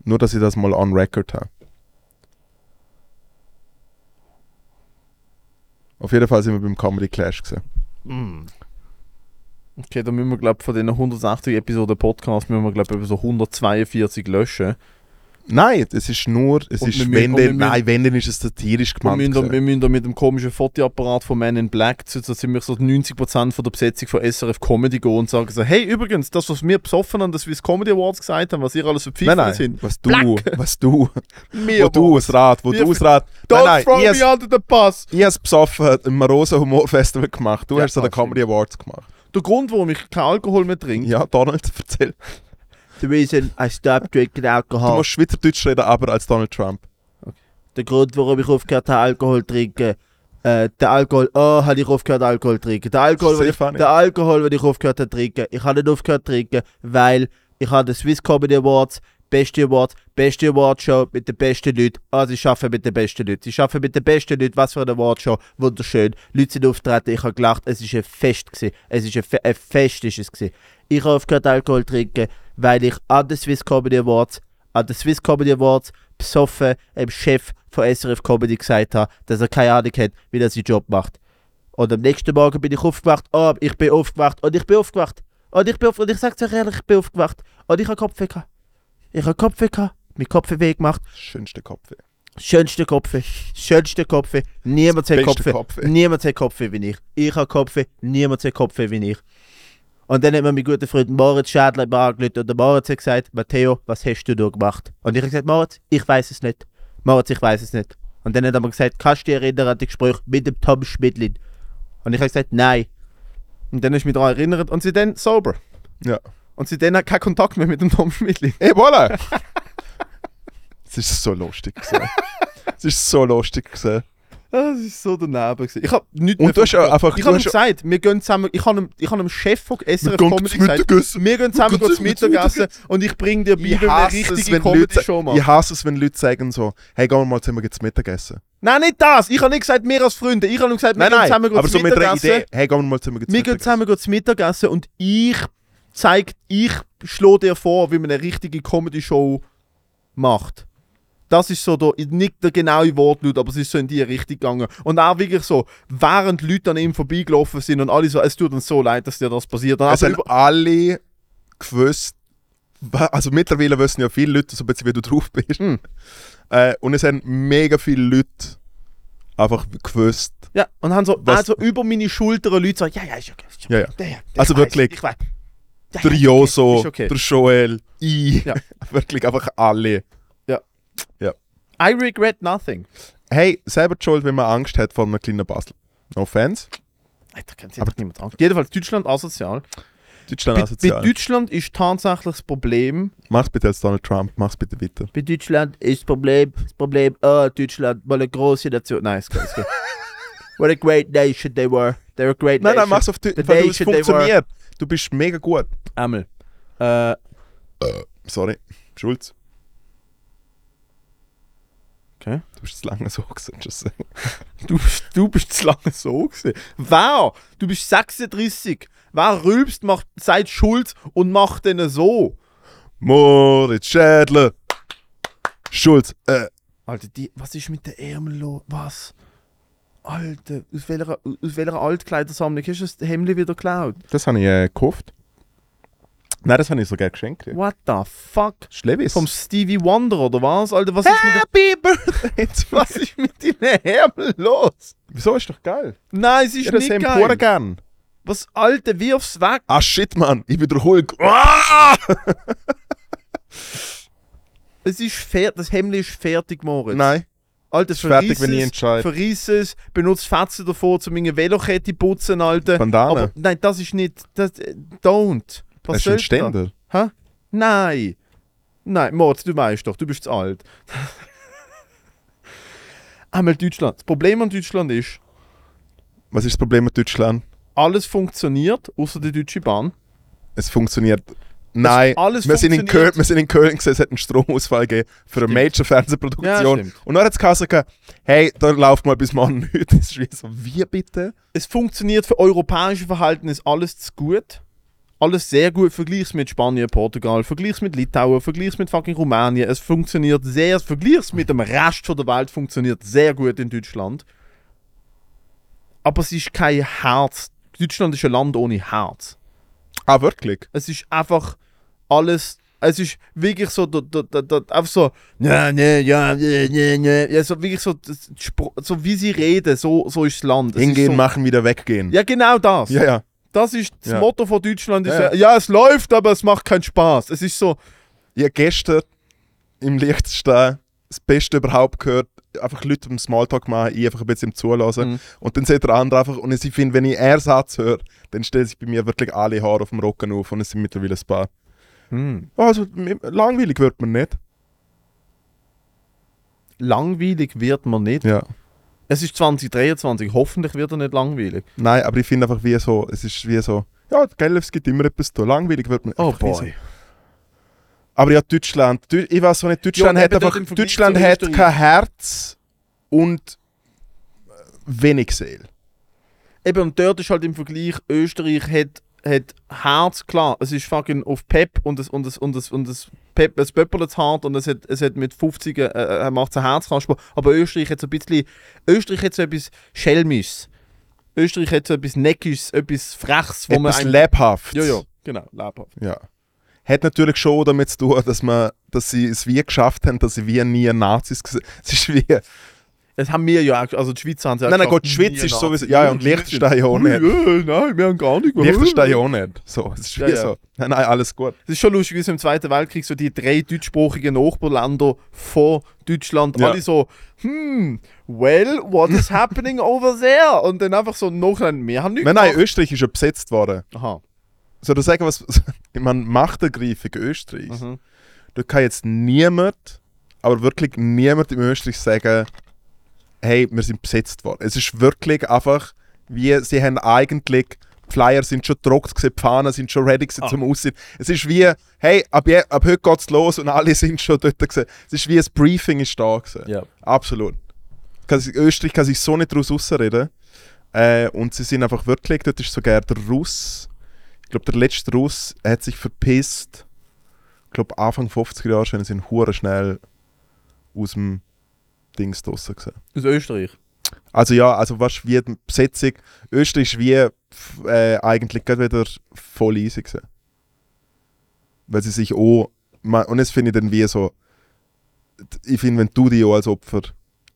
S1: Nur, dass ich das mal on record habe. Auf jeden Fall sind wir beim Comedy Clash gesehen.
S2: Mm. Okay, da müssen wir, glaube von den 180 Episoden Podcast müssen wir, glaube ich, so 142 löschen.
S1: Nein, es ist nur, es
S2: Und wir
S1: ist,
S2: mü-
S1: wenn
S2: und wir
S1: denn, nein, wenn denn ist es satirisch
S2: Wir
S1: gemeint.
S2: müssen, da,
S1: gewesen.
S2: wir müssen da mit dem komischen Fotoapparat von Man in Black zu so ziemlich so 90% von der Besetzung von SRF Comedy gehen und sagen so, hey, übrigens, das, was wir besoffen haben, das wir Comedy Awards gesagt haben, was ihr alles für
S1: Nein,
S2: Pfiffer
S1: nein,
S2: sind,
S1: was du, was du,
S2: wir
S1: wo du
S2: waren.
S1: es Rad, wo
S2: Wir-
S1: du es Rad.
S2: Don't
S1: Nein,
S2: throw
S1: nein, ich
S2: me
S1: has-
S2: under the bus!
S1: ich has besoffen im Marosa Humor Festival gemacht. Du
S2: Ja,
S1: hast so den
S2: das stimmt.
S1: Comedy Awards gemacht.
S2: Der Grund, warum ich keinen Alkohol mehr trinke,
S1: Ja, Donald, erzähl.
S4: The reason I stopped drinking
S1: Du
S4: alcohol.
S1: musst Schweizerdeutsch reden, aber als Donald Trump.
S4: Der Grund, warum ich aufgehört habe, Alkohol zu trinken. Äh, der Alkohol, oh, habe ich aufgehört, Alkohol zu trinken. Der Alkohol,
S1: Sehr
S4: wenn ich,
S1: funny.
S4: der Alkohol, wenn ich aufgehört habe, zu trinken. Ich habe nicht aufgehört zu trinken, weil ich habe den Swiss Comedy Awards, beste Awards, beste Awardshow mit den besten Leuten. Ah, sie arbeiten mit den besten Leuten. Sie arbeiten mit den besten Leuten. Was für eine Awardshow. Wunderschön. Leute sind auftreten. Ich habe gelacht. Es war ein Fest. Gewesen. Es war ein, Fe ein Fest. Ist es gewesen. Ich habe aufgehört, Alkohol zu trinken, weil ich an den Swiss Comedy Awards, an den Swiss Comedy Awards besoffen dem Chef von SRF Comedy gesagt habe, dass er keine Ahnung hat, wie er seinen Job macht. Und am nächsten Morgen bin ich aufgewacht. Oh, ich bin aufgewacht. Und ich bin aufgewacht. Und ich bin aufgewacht. Und ich sag's euch ehrlich, ich bin aufgewacht. Und ich habe Kopfweh gehabt. Ich habe Kopfweh gehabt. Mein Kopfweh gemacht.
S1: Schönste Kopfweh.
S4: Schönste Kopfweh. Schönste Kopfweh. Niemand hat
S1: Beste
S4: Kopfweh. Niemand hat Kopfweh wie ich. Ich habe Kopfweh. Niemand hat Kopfweh wie ich. Und dann hat mir mein guter Freund Moritz Schädler mal angerufen und der Moritz hat gesagt, Matteo, was hast du da gemacht? Und ich habe gesagt, Moritz, ich weiß es nicht. Moritz, ich weiß es nicht. Und dann hat er mir gesagt, kannst du dich erinnern an die Gespräche mit dem Tom Schmidlin? Und ich habe gesagt, nein.
S2: Und dann ist mich daran erinnert und sie dann sober.
S1: Ja.
S2: Und sie dann hat keinen Kontakt mehr mit dem Tom Schmidli.
S1: Ey, Eh, voilà! Es ist so lustig gewesen. Es ist so lustig gewesen.
S2: Das ist so daneben. Gewesen. Ich habe nichts
S1: Und du hast ja einfach-
S2: Ich
S1: du
S2: habe ihm
S1: hast ja-
S2: gesagt, wir gehen zusammen. Ich habe ihm, ich habe dem Chef von SRF
S1: Wir gehen
S2: Comedy
S1: zum
S2: gesagt,
S1: Mittagessen.
S2: wir gehen zusammen
S1: Wir gehen
S2: zum
S1: zum
S2: Mittagessen und ich bringe dir bei, wie eine richtige Comedy-Show
S1: Leute,
S2: macht.
S1: ich hasse es, wenn Leute sagen so, hey, gehen wir mal zusammen jetzt Mittagessen.
S2: Nein, nicht das. Ich habe nicht gesagt, wir als Freunde. Ich habe nur gesagt, wir gehen zusammen
S1: aber
S2: zum
S1: so mit einer
S2: Mittagessen.
S1: Idee, hey, gehen wir mal zusammen jetzt
S2: Wir gehen
S1: Mittagessen.
S2: zusammen zum Mittagessen und ich zeig, ich schlage dir vor, wie man eine richtige Comedy-Show macht. Das ist so der, nicht der genaue Wortlaut, aber es ist so in die Richtung gegangen. Und auch wirklich so, während Leute an ihm vorbeigelaufen sind und alle so, es tut uns so leid, dass dir das passiert. Und
S1: Es
S2: also
S1: haben
S2: über,
S1: alle gewusst, wa- also mittlerweile wissen ja viele Leute so ein bisschen, wie du drauf bist.
S2: Hm.
S1: Äh, und es haben mega viele Leute einfach gewusst.
S2: ja, und haben so,
S1: Was-
S2: also über meine Schulter Leute so, ja, ja, ist okay. Ist okay.
S1: Ja, ja.
S2: Ja, ja, ich
S1: Also
S2: weiß,
S1: wirklich.
S2: Ich weiß. Ja,
S1: Der
S2: ja, ist
S1: Joso,
S2: ist okay.
S1: der Joel, ich.
S2: Ja.
S1: Wirklich einfach alle.
S2: I regret nothing.
S1: Hey, selber die schuld, wenn man Angst hat vor einem kleinen Basel. No offense.
S2: Alter, kennt sich doch niemand an. Jedenfalls Deutschland asozial.
S1: Deutschland
S2: Bei, bei
S1: asozial.
S2: Deutschland ist tatsächlich das Problem,
S1: Mach's bitte als Donald Trump, mach's bitte weiter.
S4: Bei Deutschland ist das Problem, das Problem, oh, Deutschland, mal eine große Nation. Nein, es geht, es geht. What a great nation they were. They were a great
S1: Nein, nein,
S4: nation.
S1: mach's auf Deutsch,
S4: The
S1: weil du- es
S4: nation they
S1: funktioniert. Du bist mega gut.
S2: Einmal. Äh,
S1: Sorry, Schulz.
S2: Okay.
S1: Du bist zu lange so gewesen, tschüss.
S2: du, bist- du bist zu lange so gewesen. Wow, du bist 36. Wer rülpst, macht, sagt Schulz und macht den so.
S1: Moritz Schädler. Schulz. Äh,
S2: Alter, die, was ist mit den Ärmeln los? Was? Alter, aus welcher, aus welcher Altkleidersammlung hast du das Hemd wieder geklaut?
S1: das habe ich äh, gekauft. Nein, das habe ich sogar geschenkt. gekriegt.
S2: What the fuck?
S1: Schlevis.
S2: Vom Stevie Wonder oder was? Alter, was ist mit, den-
S1: Happy Birthday. to-
S2: was ist mit deinen Ärmeln los?
S1: Wieso ist doch geil?
S2: Nein, es ist
S1: Ja, das
S2: nicht
S1: haben Pura
S2: geil.
S1: gern.
S2: Was, Alter, wirf's weg.
S1: Ah shit, Mann, ich bin der Hulk. Ah!
S2: Es ist fertig, das Hemd ist fertig, Moritz.
S1: Nein.
S2: Alter,
S1: fertig,
S2: verriss
S1: wenn ich
S2: es,
S1: entscheide.
S2: Verriss es, benutzt Fetzen davor, um meine Velokette putzen, Alter.
S1: Bandana.
S2: Aber nein, das ist nicht, das, äh, don't.
S1: das
S2: Was
S1: ist ein
S2: soll's da?
S1: Ständer.
S2: Hä? Nein. Nein, Moritz, du weißt doch, du bist zu alt. Einmal Deutschland. Das Problem an Deutschland ist,
S1: Was ist das Problem mit Deutschland?
S2: alles funktioniert, außer die Deutsche Bahn.
S1: Es funktioniert. Nein,
S2: alles
S1: wir, sind in
S2: funktioniert.
S1: Köln, wir sind in Köln gesehen, es hat einen Stromausfall gegeben für eine
S2: Ja,
S1: Major-Fernsehproduktion.
S2: stimmt.
S1: und dann hat es gesagt, hey, da läuft mal bis morgen nichts. Das ist wie so, wie bitte?
S2: Es funktioniert für europäische Verhalten ist alles zu gut. Alles sehr gut. Vergleich's mit Spanien, Portugal, vergleich's mit Litauen, vergleich's mit fucking Rumänien. Es funktioniert sehr. Vergleich's mit dem Rest von der Welt funktioniert sehr gut in Deutschland. Aber es ist kein Herz. Deutschland ist ein Land ohne Herz.
S1: Ah, wirklich?
S2: Es ist einfach alles. Es ist wirklich so, da, da, da, da, einfach so, ja, ne, ja, ne, ne, ne. Ja, so wirklich so, das Spr- so wie sie reden, so, so ist das Land. Es
S1: Hingehen,
S2: ist so,
S1: machen, wieder weggehen.
S2: Ja, genau das.
S1: ja. ja.
S2: Das ist das
S1: Ja.
S2: Motto von Deutschland. Ist
S1: Ja,
S2: ja,
S1: ja.
S2: es läuft, aber es macht keinen Spaß. Es ist so,
S1: Ich habe gestern im Lichtstehen das Beste überhaupt gehört. Einfach Leute im Smalltalk machen, ich einfach ein bisschen zulassen.
S2: Mhm.
S1: Und dann sieht der andere einfach, und ich finde, wenn ich einen Satz höre, dann stellen sich bei mir wirklich alle Haare auf dem Rücken auf und es sind mittlerweile ein paar.
S2: Hm.
S1: Also, m- langweilig wird man nicht.
S2: Langweilig wird man nicht.
S1: Ja.
S2: Es ist 2023, hoffentlich wird er nicht langweilig.
S1: Nein, aber ich finde einfach wie so, es ist wie so, ja, gell, es gibt immer etwas zu tun. Langweilig wird
S2: Oh
S1: man einfach wie so. Aber ja, Deutschland. Deu- Ich weiß auch nicht, Deutschland
S2: Ja,
S1: hat
S2: eben dort
S1: einfach.
S2: im Vergleich
S1: Deutschland
S2: zu
S1: hat
S2: Österreich.
S1: kein Herz und wenig Seele.
S2: Eben, und dort ist halt im Vergleich, Österreich hat, hat Herz, klar, es ist fucking auf Pep und es und es und es und es Pep, es pöppelt hart und es hat, es hat mit 50 äh, äh, macht es Herzkasper. Aber Österreich hat so ein bisschen, Österreich hat so etwas Schelmisches. Österreich hat so etwas Neckisches, etwas Frechs, wo
S1: Etwas
S2: man... ein-
S1: lebhaft.
S2: Ja, ja, genau, lebhaft.
S1: ja. Hat natürlich schon damit zu tun, dass, man, dass sie es wie geschafft haben, dass sie wie nie Nazis gesehen Es ist wie.
S2: Das haben wir ja auch, also die Schweiz haben sie auch
S1: nein, nein,
S2: geschafft,
S1: Gott, die Schweiz
S2: nie
S1: ist
S2: nach-
S1: sowieso. Ja, ja, und
S2: Schweiz-
S1: Liechtenstein ja auch
S2: Ui,
S1: nicht.
S2: äh, Nein, wir haben gar nicht gemacht.
S1: Liechtenstein ja auch nicht. So, es ist wie
S2: Ja, ja.
S1: so. Nein, nein, alles gut.
S2: Es ist schon lustig, wie so im Zweiten Weltkrieg so die drei deutschsprachigen Nachbarländer vor Deutschland
S1: Ja.
S2: alle so, hm, well, what is happening over there? Und dann einfach so nachher, wir haben nichts
S1: Nein, nein,
S2: gemacht.
S1: Österreich ist ja besetzt worden.
S2: Aha.
S1: Soll ich sagen, was. Ich meine, Machtergreifung Österreichs.
S2: Mhm.
S1: da kann jetzt niemand, aber wirklich niemand in Österreich sagen, hey, wir sind besetzt worden. Es ist wirklich einfach, wie sie haben eigentlich, die Flyer sind schon gedruckt, gewesen, die Fahnen sind schon ready gewesen,
S2: Ah.
S1: zum Aussehen. Es ist wie, hey, ab, je, ab heute geht's los und alle sind schon dort. Gewesen. Es ist wie ein Briefing ist da. Gewesen.
S2: Ja.
S1: Absolut. Kann sich- Österreich kann sich so nicht daraus rausreden. Äh, und sie sind einfach wirklich, dort ist sogar der Russ, ich glaube der letzte Russ hat sich verpisst, ich glaube Anfang 50er Jahre schon, sind hure schnell aus dem Dings draussen gewesen.
S2: Aus Österreich.
S1: Also ja, also was wie die Besetzung, Österreich ist wie f- äh, eigentlich gerade wieder voll easy gewesen. Weil sie sich auch, ma- und das finde ich dann wie so, ich finde, wenn du dich auch als Opfer,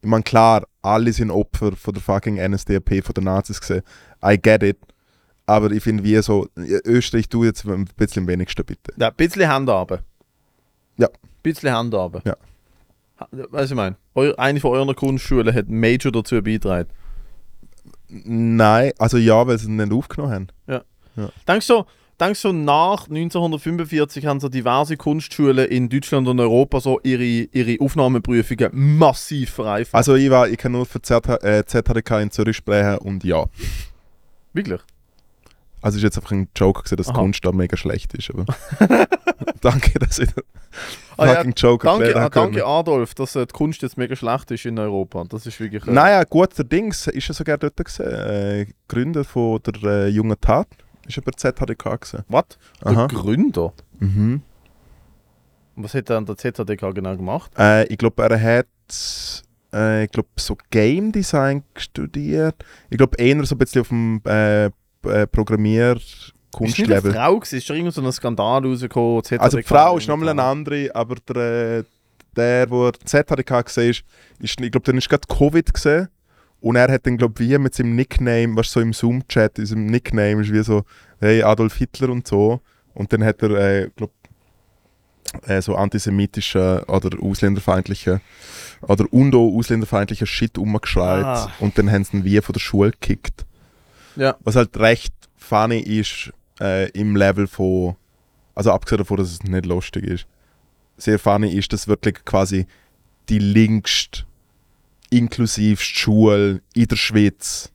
S1: ich meine klar, alle sind Opfer von der fucking NSDAP, von den Nazis gesehen, I get it, aber ich finde wie so, ja, Österreich, du jetzt ein bisschen am wenigsten bitte.
S2: Ja, ein bisschen Hände runter.
S1: Ja.
S2: Ein bisschen Hände runter.
S1: Ja.
S2: Ha- Weißt du, ich meine, eu- eine von euren Grundschulen hat Major dazu beigetragen.
S1: Nein, also ja, weil sie ihn nicht aufgenommen haben.
S2: Denkst du, denkst du, nach 1945 haben so diverse Kunstschulen in Deutschland und Europa so ihre, ihre Aufnahmeprüfungen massiv vereinfacht?
S1: Also ich war, ich kann nur für ZH, äh, ZHDK in Zürich sprechen und ja.
S2: Wirklich?
S1: Also es ist jetzt einfach ein Joke gewesen, dass
S2: Aha.
S1: Kunst da mega schlecht ist, aber danke, dass ich den
S2: Ah, ja,
S1: fucking Joke
S2: Danke,
S1: erklärt
S2: ah,
S1: habe
S2: danke
S1: können.
S2: Adolf, dass äh, die Kunst jetzt mega schlecht ist in Europa. Das ist wirklich. äh,
S1: Naja, gut, der Dings ist ja sogar dort gewesen. Äh, Gründer von der äh, jungen Tat ist ja bei ZHDK gewesen.
S2: Was? Der
S1: Aha.
S2: Gründer?
S1: Mhm.
S2: Was hat dann der ZHDK genau gemacht?
S1: Äh, ich glaube, er hat äh, ich glaub, so Game Design studiert. Ich glaube, eher so ein bisschen auf dem äh, äh,
S2: Ist nicht eine
S1: Programmier-Kunstlevel.
S2: Frau gewesen? Ist da irgend so ein Skandal rausgekommen? ZHDK
S1: Also die Frau ist nochmal eine andere, aber der, äh, der, wo er ZHDK gesehen ist, ist ich glaube, dann ist gerade Covid gesehen. Und er hat dann, glaube ich, wie mit seinem Nickname, was so im Zoom-Chat, in seinem Nickname ist wie so, hey, Adolf Hitler und so. Und dann hat er, äh, glaube äh, so antisemitischen oder ausländerfeindlichen oder und auch ausländerfeindlichen Shit rumgeschreit.
S2: Ah.
S1: Und dann haben sie ihn wie von der Schule gekickt.
S2: Ja.
S1: Was halt recht funny ist äh, im Level von, also abgesehen davon, dass es nicht lustig ist, sehr funny ist, dass wirklich quasi die linkst inklusivste Schule in der Schweiz,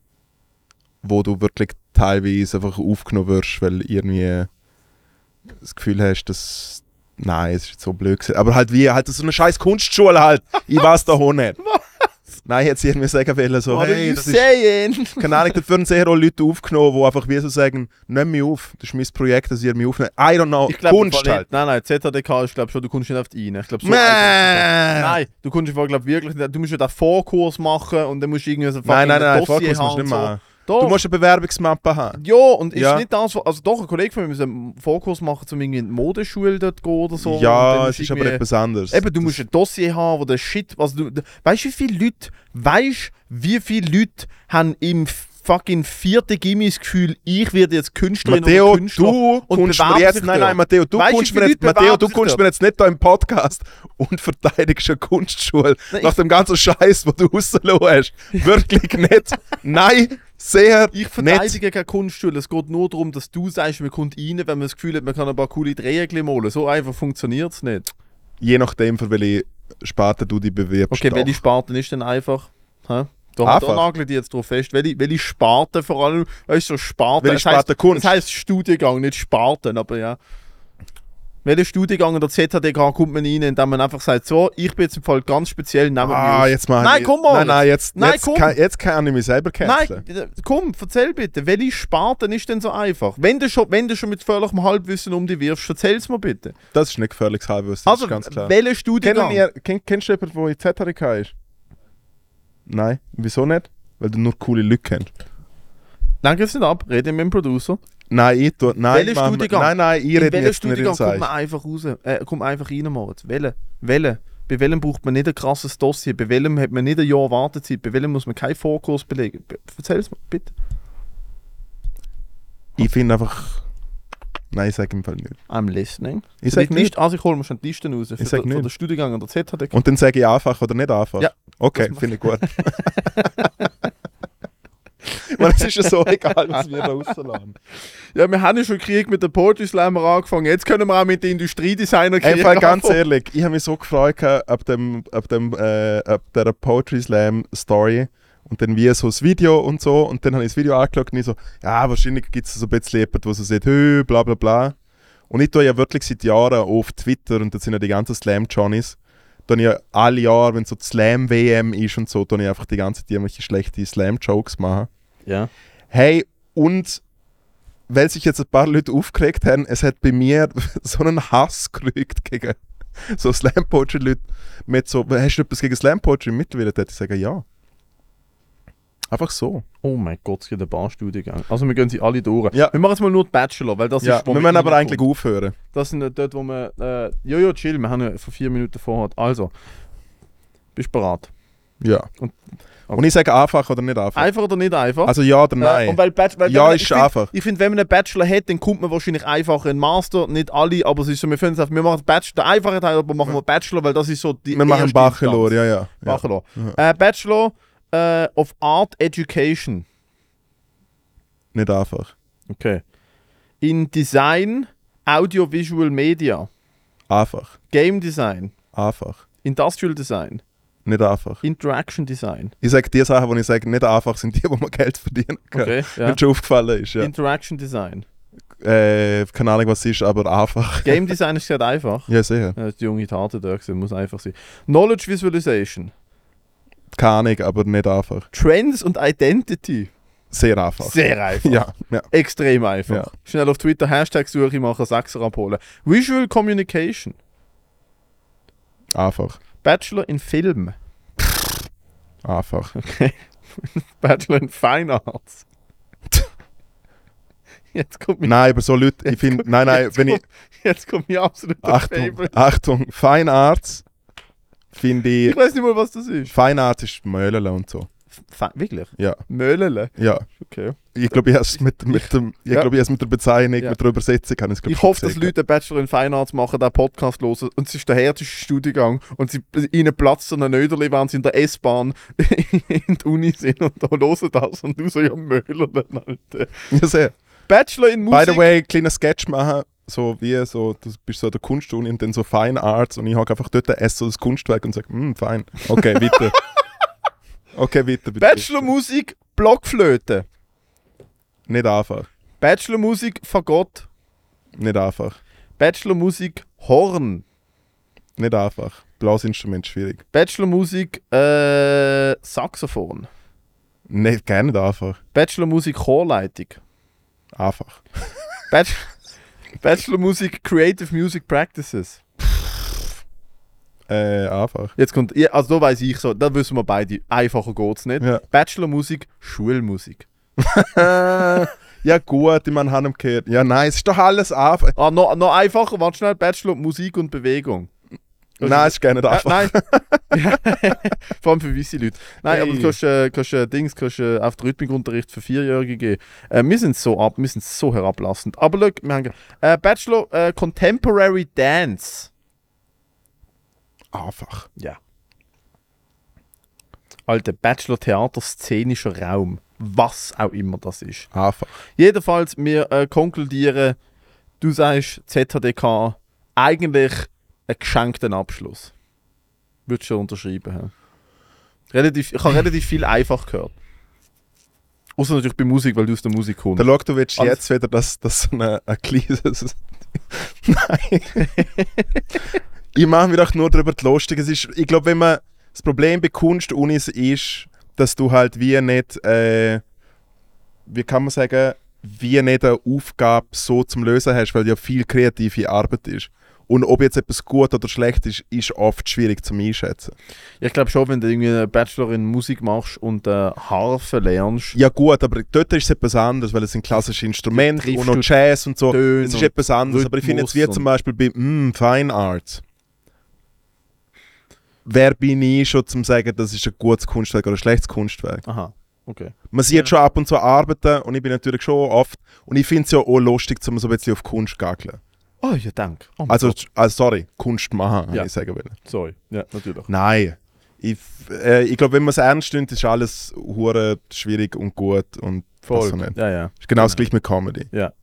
S1: wo du wirklich teilweise einfach aufgenommen wirst, weil irgendwie das Gefühl hast, dass nein, es ist jetzt so blöd gewesen. aber halt wie halt so eine scheiß Kunstschule halt. Ich weiß da auch nicht. Nein, jetzt irgendwie sagen wollen, so
S2: What are
S1: hey,
S2: you
S1: das ist
S2: saying?
S1: keine Ahnung, dort würden sehr auch Leute aufgenommen, die einfach wie so sagen, nimm mich auf, das ist mein Projekt, dass ihr mich aufnehmt. I don't know,
S2: Ich glaub,
S1: Kunst
S2: Ballet-
S1: halt.
S2: Nein, nein, ZHDK ist, glaube schon, du kommst nicht auf die rein. Ich glaube, so
S1: Mäh.
S2: Nein, du kommst einfach, glaub, wirklich nicht. Du musst ja den Vorkurs machen und dann musst du irgendwie so ein
S1: Nein, nein,
S2: fucking
S1: nein, Fokus musst
S2: Dossier haben
S1: du
S2: und
S1: nicht
S2: so.
S1: machen.
S2: Doch.
S1: Du musst eine Bewerbungsmappe haben.
S2: Ja, und ist
S1: Ja.
S2: nicht das, was- also doch, ein Kollege von mir muss einen Fokus machen, um irgendwie in die Modeschule dort zu gehen oder so. Und dann
S1: ja, es ist aber
S2: irgendwie-
S1: etwas anderes.
S2: Eben, du musst ein Dossier haben, wo der Shit, also du, du weißt wie viele Leute, weißt wie viele Leute haben im fucking vierten Gimmi das Gefühl, ich werde jetzt Künstlerin
S1: Matteo,
S2: oder um Künstler.
S1: du
S2: und
S1: kommst
S2: bewerben
S1: mir
S2: sich
S1: jetzt, nein,
S2: dort.
S1: nein, Matteo, du
S2: Weißt du,
S1: kommst
S2: wie
S1: mir jetzt,
S2: viele Leute
S1: Matteo, du
S2: bewerben
S1: kommst
S2: sich
S1: mir jetzt nicht da im Podcast und verteidigst eine Kunstschule
S2: Nein,
S1: nach
S2: ich-
S1: dem ganzen Scheiß, den du rausgelassen hast. Wirklich nicht. Nein, sehr
S2: Ich
S1: nett.
S2: verteidige keine Kunststühle. Es geht nur darum, dass du sagst, man kommt rein, wenn man das Gefühl hat, man kann ein paar coole Dreiecke malen. So einfach funktioniert es nicht.
S1: Je nachdem, für welche Sparte du dich bewirbst.
S2: Okay,
S1: doch.
S2: welche Sparten ist denn einfach? Hä? Da, da
S1: Einfach.
S2: nageln die jetzt drauf fest. Welche, welche Sparten vor allem? Weißt du, so Sparten.
S1: Welche
S2: das heisst-
S1: Sparte Kunst?
S2: Das heisst Studiengang, nicht Sparten, aber ja. Welchen Studiengang oder ZHDK kommt man rein, indem man einfach sagt, so, ich bin jetzt im Fall ganz speziell, nehmen wir
S1: Ah,
S2: mich
S1: jetzt mal.
S2: Nein, komm mal.
S1: Nein, nein, jetzt,
S2: Nein,
S1: jetzt,
S2: komm.
S1: Kann, jetzt kann ich mich selber
S2: aus.
S1: canceln.
S2: Nein, komm, erzähl bitte, welche Sparten ist denn so einfach? Wenn du schon, wenn du schon mit völligem Halbwissen um dich wirfst, erzähl's mir bitte.
S1: Das ist nicht gefährliches Halbwissen, das
S2: Also,
S1: ist ganz klar.
S2: welchen Studiengang?
S1: Kennen ihr, kenn, kennst du jemanden, der in ZHDK ist? Nein. Wieso nicht? Weil du nur coole Leute kennst.
S2: Danke, es nicht ab, rede mit dem Producer.
S1: Nein, ich tu, nein,
S2: Welcher
S1: mach mir-
S2: Studiengang?
S1: nein, nein, ich
S2: In
S1: rede jetzt
S2: welchen
S1: nicht
S2: Studiengang
S1: ins
S2: kommt
S1: Eis.
S2: man einfach raus? Äh, kommt man einfach rein, Moritz? Welchen? Welchen? Bei welchem braucht man nicht ein krasses Dossier? Bei welchem hat man nicht ein Jahr Wartezeit? Bei welchem muss man keinen Vorkurs belegen? Be- Erzähl's mir, bitte.
S1: Ich finde einfach. Nein, ich sage im Fall nicht.
S2: I'm listening.
S1: Ich sage
S2: Die
S1: nicht.
S2: Liste- Also ich hole mir schon die Listen raus. Für,
S1: Ich sag
S2: den- für
S1: nicht.
S2: den Studiengang an der ZHDK.
S1: Und dann sage ich einfach oder nicht einfach.
S2: Ja.
S1: Okay, finde ich gut. Weil es ist ja so egal, was wir da rauslassen.
S2: Ja, wir haben ja schon Krieg mit den Poetry Slammer angefangen. Jetzt können wir auch mit den Industriedesigner Krieg
S1: Einfach ganz
S2: anfangen.
S1: ehrlich, ich habe mich so gefreut gehabt ab, dem, ab, dem, äh, ab der Poetry Slam Story und dann wie so das Video und so und dann habe ich das Video angeschaut und ich so, ja wahrscheinlich gibt es so ein bisschen jemanden, der so sagt, hö, bla bla bla. Und ich tue ja wirklich seit Jahren auf Twitter und da sind ja die ganzen Slam-Johnnies, dann ja alle Jahre, wenn so die Slam-WM ist und so, dann ich einfach die ganze Zeit irgendwelche schlechte Slam-Jokes machen.
S2: Ja.
S1: Hey, und weil sich jetzt ein paar Leute aufgeregt haben, es hat bei mir so einen Hass gerügt gegen so Slam Poetry Leute mit so, hast du etwas gegen Slam Poetry mittlerweile? Da hätte ich sagen, ja. Einfach so.
S2: Oh mein Gott, es gibt ein paar Studiengänge. Also wir gehen sie alle durch.
S1: Ja.
S2: Wir machen jetzt mal nur die Bachelor, weil das
S1: Ja,
S2: ist... wo
S1: wir
S2: man
S1: müssen aber
S2: reinkommt.
S1: eigentlich aufhören.
S2: Das sind nicht dort, wo man. Äh, Jojo, chill, wir haben ja vor vier Minuten vorhat. Also, bist du bereit?
S1: Ja.
S2: Und-
S1: Und ich sage einfach oder nicht einfach.
S2: Einfach oder nicht einfach?
S1: Also ja oder
S2: Äh,
S1: nein.
S2: und weil Bach- weil
S1: Ja,
S2: wenn man-
S1: ist
S2: ich find-
S1: einfach.
S2: Ich finde, wenn man einen Bachelor hat, dann kommt man wahrscheinlich einfacher in den Master. Nicht alle, aber es ist so, wir, finden es einfach, wir machen den Bachelor, den einfachen Teil, aber machen wir Bachelor, weil das ist so die.
S1: Wir machen
S2: erste
S1: Bachelor,
S2: Instanz.
S1: ja, ja. ja.
S2: Bachelor. Äh, Bachelor äh, of Art Education.
S1: Nicht einfach.
S2: Okay. In Design, Audiovisual Media,
S1: Einfach.
S2: Game Design,
S1: Einfach.
S2: Industrial Design,
S1: Nicht einfach.
S2: Interaction Design.
S1: Ich sage die Sachen, die ich sage, nicht einfach sind die, wo man Geld verdienen kann.
S2: Okay, ja.
S1: Wenn schon aufgefallen ist, ja.
S2: Interaction Design.
S1: äh, keine Ahnung, was es ist, aber einfach.
S2: Game Design ist gerade einfach.
S1: Ja, sicher.
S2: Ja, das ist die junge Tate da gewesen, muss einfach sein. Knowledge Visualization.
S1: Keine Ahnung, aber nicht einfach.
S2: Trends und Identity.
S1: Sehr einfach.
S2: Sehr einfach.
S1: ja, ja.
S2: Extrem einfach.
S1: Ja.
S2: Schnell auf Twitter Hashtag-Suche machen, Sachser abholen. Visual Communication.
S1: Einfach.
S2: Bachelor in Film.
S1: Einfach.
S2: Bachelor in Fine Arts. Jetzt kommt mir,
S1: Nein, aber so Leute, ich finde, nein, nein, wenn ich,
S2: jetzt kommt mir absolut
S1: Achtung, Achtung, Fine Arts finde
S2: Ich
S1: ich,
S2: weiß nicht mal, was das ist.
S1: Fine Arts ist Möhlele und so.
S2: Fe- wirklich?
S1: Ja,
S2: Möhlele.
S1: ja.
S2: Okay.
S1: Ich glaube, ich habe es mit, mit, dem, ich
S2: Ja.
S1: glaube, ich habe es mit der Bezeichnung,
S2: Ja.
S1: mit der Übersetzung, habe ich es, glaub,
S2: Ich
S1: schon
S2: hoffe, dass
S1: gesehen.
S2: Leute einen Bachelor in Fine Arts machen, den Podcast hören und es ist der härteste Studiengang und sie ihnen Platz so ein Nöderli, wenn sie in der S-Bahn in der Uni sind und da hören das und du so ja Möhlerlen, Alter.
S1: Ja, sehr.
S2: Bachelor in Musik.
S1: By the way, kleiner Sketch machen, so wie so, du bist so an der Kunstuni und dann so Fine Arts und ich hocke einfach dort, esse so das Kunstwerk und sage, hm, fein. Okay, weiter. okay, weiter bitte.
S2: Bachelor Musik, Blockflöte.
S1: Nicht einfach.
S2: Bachelor Musik, Fagott.
S1: Nicht einfach.
S2: Bachelor Musik, Horn.
S1: Nicht einfach. Blasinstrument schwierig.
S2: Bachelor Musik, äh, Saxophon.
S1: Nicht, gar nicht einfach.
S2: Bachelor Musik, Chorleitung.
S1: Einfach.
S2: Bach Bachelor Musik, Creative Music Practices.
S1: Äh, einfach.
S2: Jetzt kommt, ja, also da weiß ich so, da wissen wir beide, einfacher geht's nicht.
S1: Ja.
S2: Bachelormusik, Schulmusik.
S1: ja gut, ich meine, haben ihn gehört. Ja, nein, es ist doch alles einfach.
S2: Ah, noch, noch einfacher, warte schnell, Bachelor Musik und Bewegung.
S1: Nein, es ist gar nicht
S2: Äh,
S1: einfach.
S2: nein. Vor allem für weisse Leute. Nein, aber du
S1: Hey.
S2: kannst, äh, kannst äh, Dings, kannst äh, auf den Rhythmikunterricht für Vierjährige gehen. Äh, wir sind so ab, wir sind so herablassend. Aber look, wir haben ge- äh, Bachelor äh, Contemporary Dance.
S1: Einfach.
S2: Ja. Alter, Bachelor Theater szenischer Raum. was auch immer das ist.
S1: Hafer.
S2: Jedenfalls, wir äh, konkludieren, du sagst ZHDK, eigentlich ein geschenkten Abschluss. Würdest du unterschreiben. hä? Relativ, ich habe relativ viel einfach gehört. Außer natürlich bei Musik, weil du aus der Musik kommst.
S1: Der schau, du willst
S2: Alles-
S1: jetzt wieder, dass das so ein, ein kleines. Nein. ich mache mir doch nur darüber die lustig. Es ist, ich glaube, wenn man. Das Problem bei Kunstunis ist, dass du halt wie nicht. Äh, wie kann man sagen? Wie nicht eine Aufgabe so zum Lösen hast, weil ja viel kreative Arbeit ist. Und ob jetzt etwas gut oder schlecht ist, ist oft schwierig zum Einschätzen.
S2: Ich glaube schon, wenn du irgendwie einen Bachelor in Musik machst und äh, Harfe lernst,
S1: Ja gut, aber dort ist es etwas anderes, weil es sind klassische Instrumente
S2: Triffst
S1: und noch
S2: du
S1: Jazz und so.
S2: Töne
S1: Es ist
S2: und
S1: etwas anderes, aber ich finde jetzt wie
S2: Rhythmus
S1: zum Beispiel bei mm, Fine Arts. Wer bin ich schon zum sagen, das ist ein gutes Kunstwerk oder ein schlechtes Kunstwerk?
S2: aha, okay.
S1: Man sieht schon ab und zu Arbeiten und ich bin natürlich schon oft und ich finde es ja auch lustig, zum so ein bisschen auf Kunst gaggeln.
S2: Oh, ja, danke. Oh, mein
S1: Also,
S2: Gott.
S1: also sorry, Kunst machen, habe
S2: Ja.
S1: ich sagen wollen.
S2: sorry. Ja, natürlich.
S1: Nein. Ich, äh, ich glaube, wenn man es ernst nimmt, ist alles hure schwierig und gut und passt so nicht.
S2: Ja, ja.
S1: Ist genau das gleiche mit Comedy.
S2: Ja.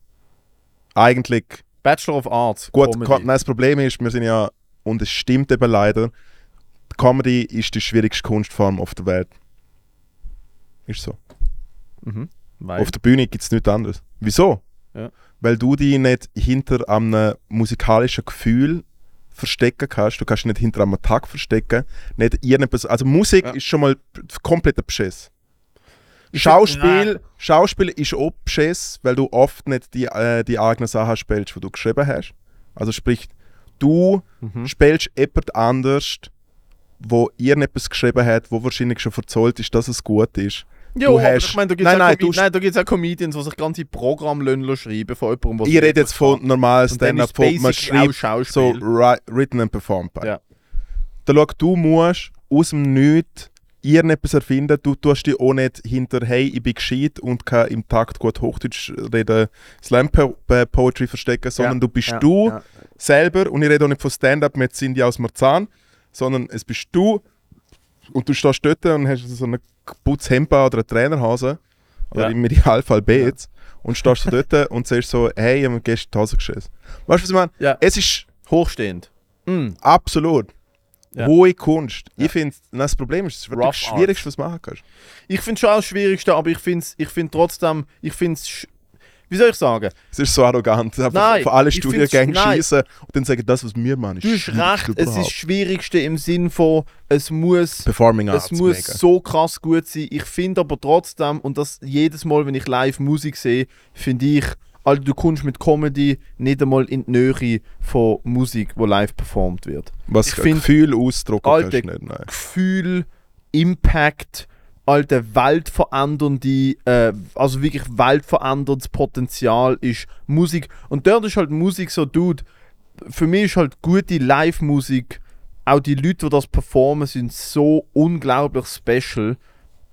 S1: Eigentlich
S2: Bachelor of Arts.
S1: gut.
S2: Comedy.
S1: Ko- Nein, das Problem ist, wir sind ja, und es stimmt eben leider, die Comedy ist die schwierigste Kunstform auf der Welt. Ist so.
S2: Mhm. Weil,
S1: Auf der Bühne gibt es nichts anderes. Wieso?
S2: Ja.
S1: Weil du dich nicht hinter einem musikalischen Gefühl verstecken kannst. Du kannst dich nicht hinter einem Tag verstecken. Nicht irgendetwas. Also Musik
S2: Ja.
S1: ist schon mal kompletter Beschiss. Schauspiel, Schauspiel ist auch Beschiss, weil du oft nicht die, äh, die eigenen Sachen spielst, die du geschrieben hast. Also sprich, du
S2: Mhm.
S1: spielst jemand anders, wo irgendetwas geschrieben hat, wo wahrscheinlich schon verzollt ist, dass es gut ist.
S2: Jo,
S1: du
S2: aber
S1: hast-
S2: ich meine, da gibt es
S1: Nein,
S2: auch,
S1: nein,
S2: Comed-
S1: du-
S2: nein, da gibt's auch Comedians, die sich ganze Programme lassen lassen schreiben von jemandem, was
S1: Ich rede jetzt von normal Stand-up, wo man
S2: schreibt,
S1: schreibt, so
S2: Schauspiel.
S1: ri- written and performed by.
S2: Ja.
S1: Da schau, du musst aus dem Nichts irgendetwas erfinden, du tust dich auch nicht hinter «Hey, ich bin gescheit und kann im Takt gut Hochdeutsch reden, Slam-Poetry verstecken», sondern du bist
S2: ja,
S1: du
S2: ja.
S1: selber, und ich rede auch nicht von Stand-Up mit Cindy aus Marzahn, sondern es bist du und du stehst dort und hast so eine Putzhemd oder eine Trainerhose, oder
S2: Ja.
S1: im Idealfall B jetzt, und stehst so dort und siehst so «Hey, ich habe gestern die Hose geschissen.» Weißt du, was ich meine?
S2: Ja.
S1: Es ist
S2: Hochstehend.
S1: Absolut.
S2: Ja.
S1: Hohe Kunst. Ich finde, das Problem ist, es ist wirklich
S2: Rough
S1: das Schwierigste, was du machen kannst.
S2: Ich finde schon auch das Schwierigste, aber ich finde ich find trotzdem, ich finde es, wie soll ich sagen,
S1: Es ist so arrogant. Einfach
S2: Nein,
S1: von allen
S2: ich find's-
S1: Studiengängen
S2: nein.
S1: schießen und dann sagen, das, was wir machen, ist
S2: du hast
S1: schwierig
S2: recht, es ist das Schwierigste im Sinn von, es muss...
S1: Performing Arts.
S2: Es muss
S1: mega.
S2: so krass gut sein. Ich finde aber trotzdem, und das jedes Mal, wenn ich live Musik sehe, finde ich, also du kommst mit Comedy nicht einmal in die Nähe von Musik, die live performt wird.
S1: was
S2: ich
S1: ich
S2: find-
S1: Gefühl ausdrucken kannst
S2: Alter,
S1: du nicht. Nein.
S2: Gefühl, Impact, alte weltverändernde, äh, also wirklich weltveränderndes Potenzial ist Musik. Und dort ist halt Musik so, Dude, für mich ist halt gute Live-Musik, auch die Leute, die das performen, sind so unglaublich special.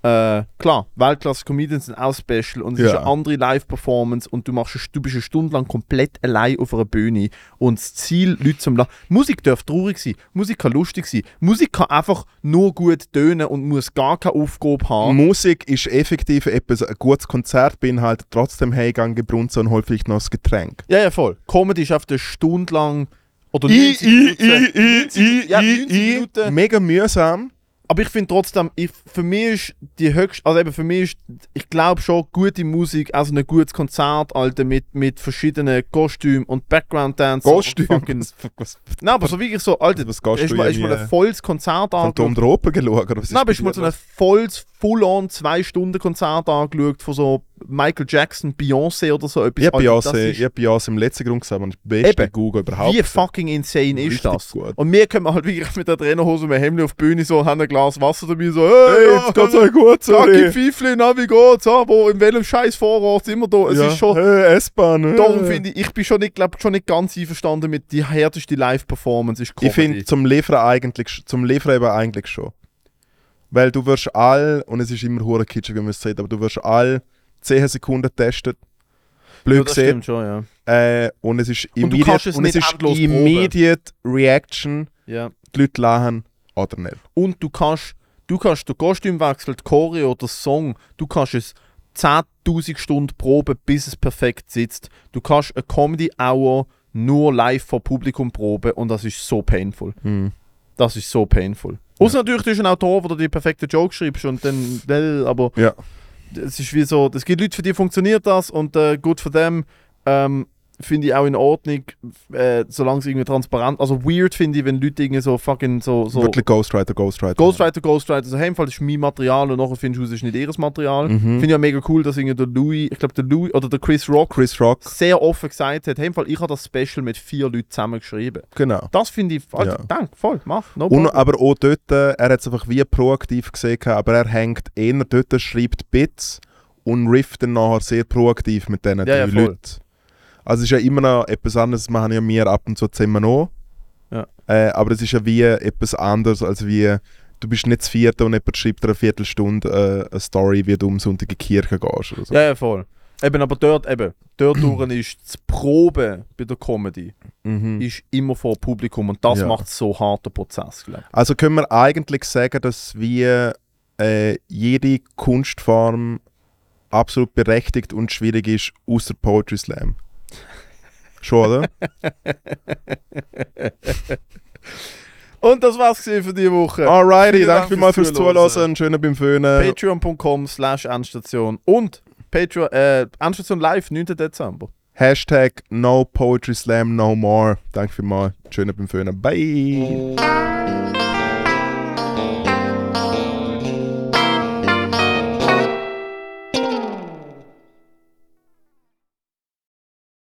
S2: Äh, klar, Weltklasse-Comedians sind auch special und
S1: Ja.
S2: es ist eine andere Live-Performance und du, machst, du bist eine Stunde lang komplett allein auf einer Bühne und das Ziel, Leute zum Lachen. Musik darf traurig sein, Musik kann lustig sein, Musik kann einfach nur gut tönen und muss gar keine Aufgabe
S1: Mhm.
S2: haben.
S1: Musik ist effektiv etwas, ein gutes Konzert beinhaltet trotzdem Heimgang, gebrunzen und hol vielleicht noch ein Getränk.
S2: Ja, ja, voll. Comedy ist einfach eine Stunde lang oder
S1: I,
S2: 90
S1: I,
S2: Minuten.
S1: I, I,
S2: Ja,
S1: I,
S2: 90
S1: I, I,
S2: Minuten.
S1: mega mühsam.
S2: Aber ich finde trotzdem, ich, für mich ist die höchste, also eben für mich ist, ich glaube schon, gute Musik, also ein gutes Konzert, Alter, mit, mit verschiedenen Kostümen und Background-Dancen.
S1: Gehst du?
S2: und fucking-
S1: Was, was,
S2: Nein, aber so wirklich so, Alter,
S1: was gehst
S2: ist
S1: du?
S2: mal, ist mal ein volles Konzert
S1: Phantom
S2: angeschaut.
S1: der Oper geschaut? oder was ist
S2: Nein, aber
S1: bei
S2: ist mal
S1: dir
S2: so ein volles, full-on, zwei Stunden Konzert angeschaut von so Michael Jackson, Beyoncé oder so etwas.
S1: Ich habe
S2: Alter, Also, das
S1: Beyoncé,
S2: ist-
S1: ich hab Beyoncé im letzten Grund gesehen, man ist beste
S2: Eben.
S1: Google überhaupt.
S2: Wie fucking insane
S1: Richtig
S2: ist das?
S1: gut.
S2: Und wir kommen halt wirklich mit der Trainerhose und einem Hemd auf die Bühne so, haben ein Glas Wasser dabei, so,
S1: Hey,
S2: hey,
S1: jetzt geht's euch gut,
S2: Kacke
S1: sorry.
S2: Pfeifli, na wie geht's? Ah, wo, in welchem scheiß Vorort sind wir da? Es
S1: Ja.
S2: ist schon...
S1: Hey, S-Bahn. Hey.
S2: Darum finde ich, ich bin schon nicht, glaub, schon nicht ganz einverstanden mit die härteste Live-Performance ist Comedy.
S1: Ich finde zum Liefern eigentlich, sch- zum Liefern eben eigentlich schon. Weil du wirst all, und es ist immer hure kitschig, wie man es sagt, aber du wirst all 10 Sekunden testet. Blöd
S2: ja, das
S1: gesehen.
S2: stimmt schon, ja.
S1: Äh, und es ist
S2: Und du
S1: immediate,
S2: kannst es
S1: und
S2: nicht
S1: es ist
S2: endlos proben.
S1: immediate Reaction,
S2: ja.
S1: die Leute lachen oder nicht.
S2: Und du kannst, du kannst den Kostümwechsel, die Choreo, den Song, du kannst es 10.000 Stunden proben, bis es perfekt sitzt. Du kannst eine Comedy Hour nur live vor Publikum proben und das ist so painful.
S1: Mhm.
S2: Das ist so painful. Außer natürlich, du bist ein Autor, wo du die perfekte Joke schreibst und dann, well, aber
S1: Ja.
S2: es ist wie so, es gibt Leute, für die funktioniert das und äh, gut für dem ähm, finde ich auch in Ordnung, äh, solange es irgendwie transparent, also weird finde ich, wenn Leute irgendwie so fucking so, so
S1: Wirklich Ghostwriter, Ghostwriter.
S2: Ghostwriter, Ghostwriter, so hey, im Fall das ist mein Material und nachher findest du, es ist nicht ihres Material.
S1: Mhm.
S2: Finde ich ja mega cool, dass irgendwie der Louis, ich glaube der Louis oder der Chris Rock
S1: Chris Rock,
S2: sehr offen gesagt hat, hey, im Fall ich habe das Special mit vier Leuten zusammen geschrieben.
S1: genau.
S2: Das finde ich, Alter,
S1: Ja.
S2: danke, voll, mach, no
S1: Und,
S2: problem.
S1: aber auch dort, äh, er hat es einfach wie proaktiv gesehen, aber er hängt eher dort, schreibt Bits und rifft dann nachher sehr proaktiv mit diesen
S2: Ja, ja,
S1: drei
S2: voll.
S1: Leuten. Also es ist ja immer noch etwas anderes, das machen ja wir ab und zu zusammen noch.
S2: Ja.
S1: Äh, aber es ist ja wie etwas anderes, als wie du bist nicht das Vierte und jemand schreibt dir eine Viertelstunde äh, eine Story, wie du um Sonntag in die Kirche gehst oder so.
S2: Ja, ja, voll. Eben, aber dort eben, dort durch ist das Proben bei der Comedy
S1: Mhm.
S2: ist immer vor Publikum und das
S1: Ja.
S2: macht so harten Prozess, glaube ich.
S1: Also können wir eigentlich sagen, dass wir äh, jede Kunstform absolut berechtigt und schwierig ist, außer Poetry Slam. Schon, oder?
S2: Und das war's gewesen für diese Woche.
S1: Alrighty,
S2: Vielen
S1: danke
S2: Dank
S1: vielmals
S2: fürs
S1: fürs Zuhören. Schöner beim
S2: äh,
S1: Föhnen.
S2: Patreon.com slash Endstation und Patreon, äh, Endstation live, 9. Dezember.
S1: Hashtag No Poetry Slam No More. Danke vielmals. Schöner beim Föhnen. Bye.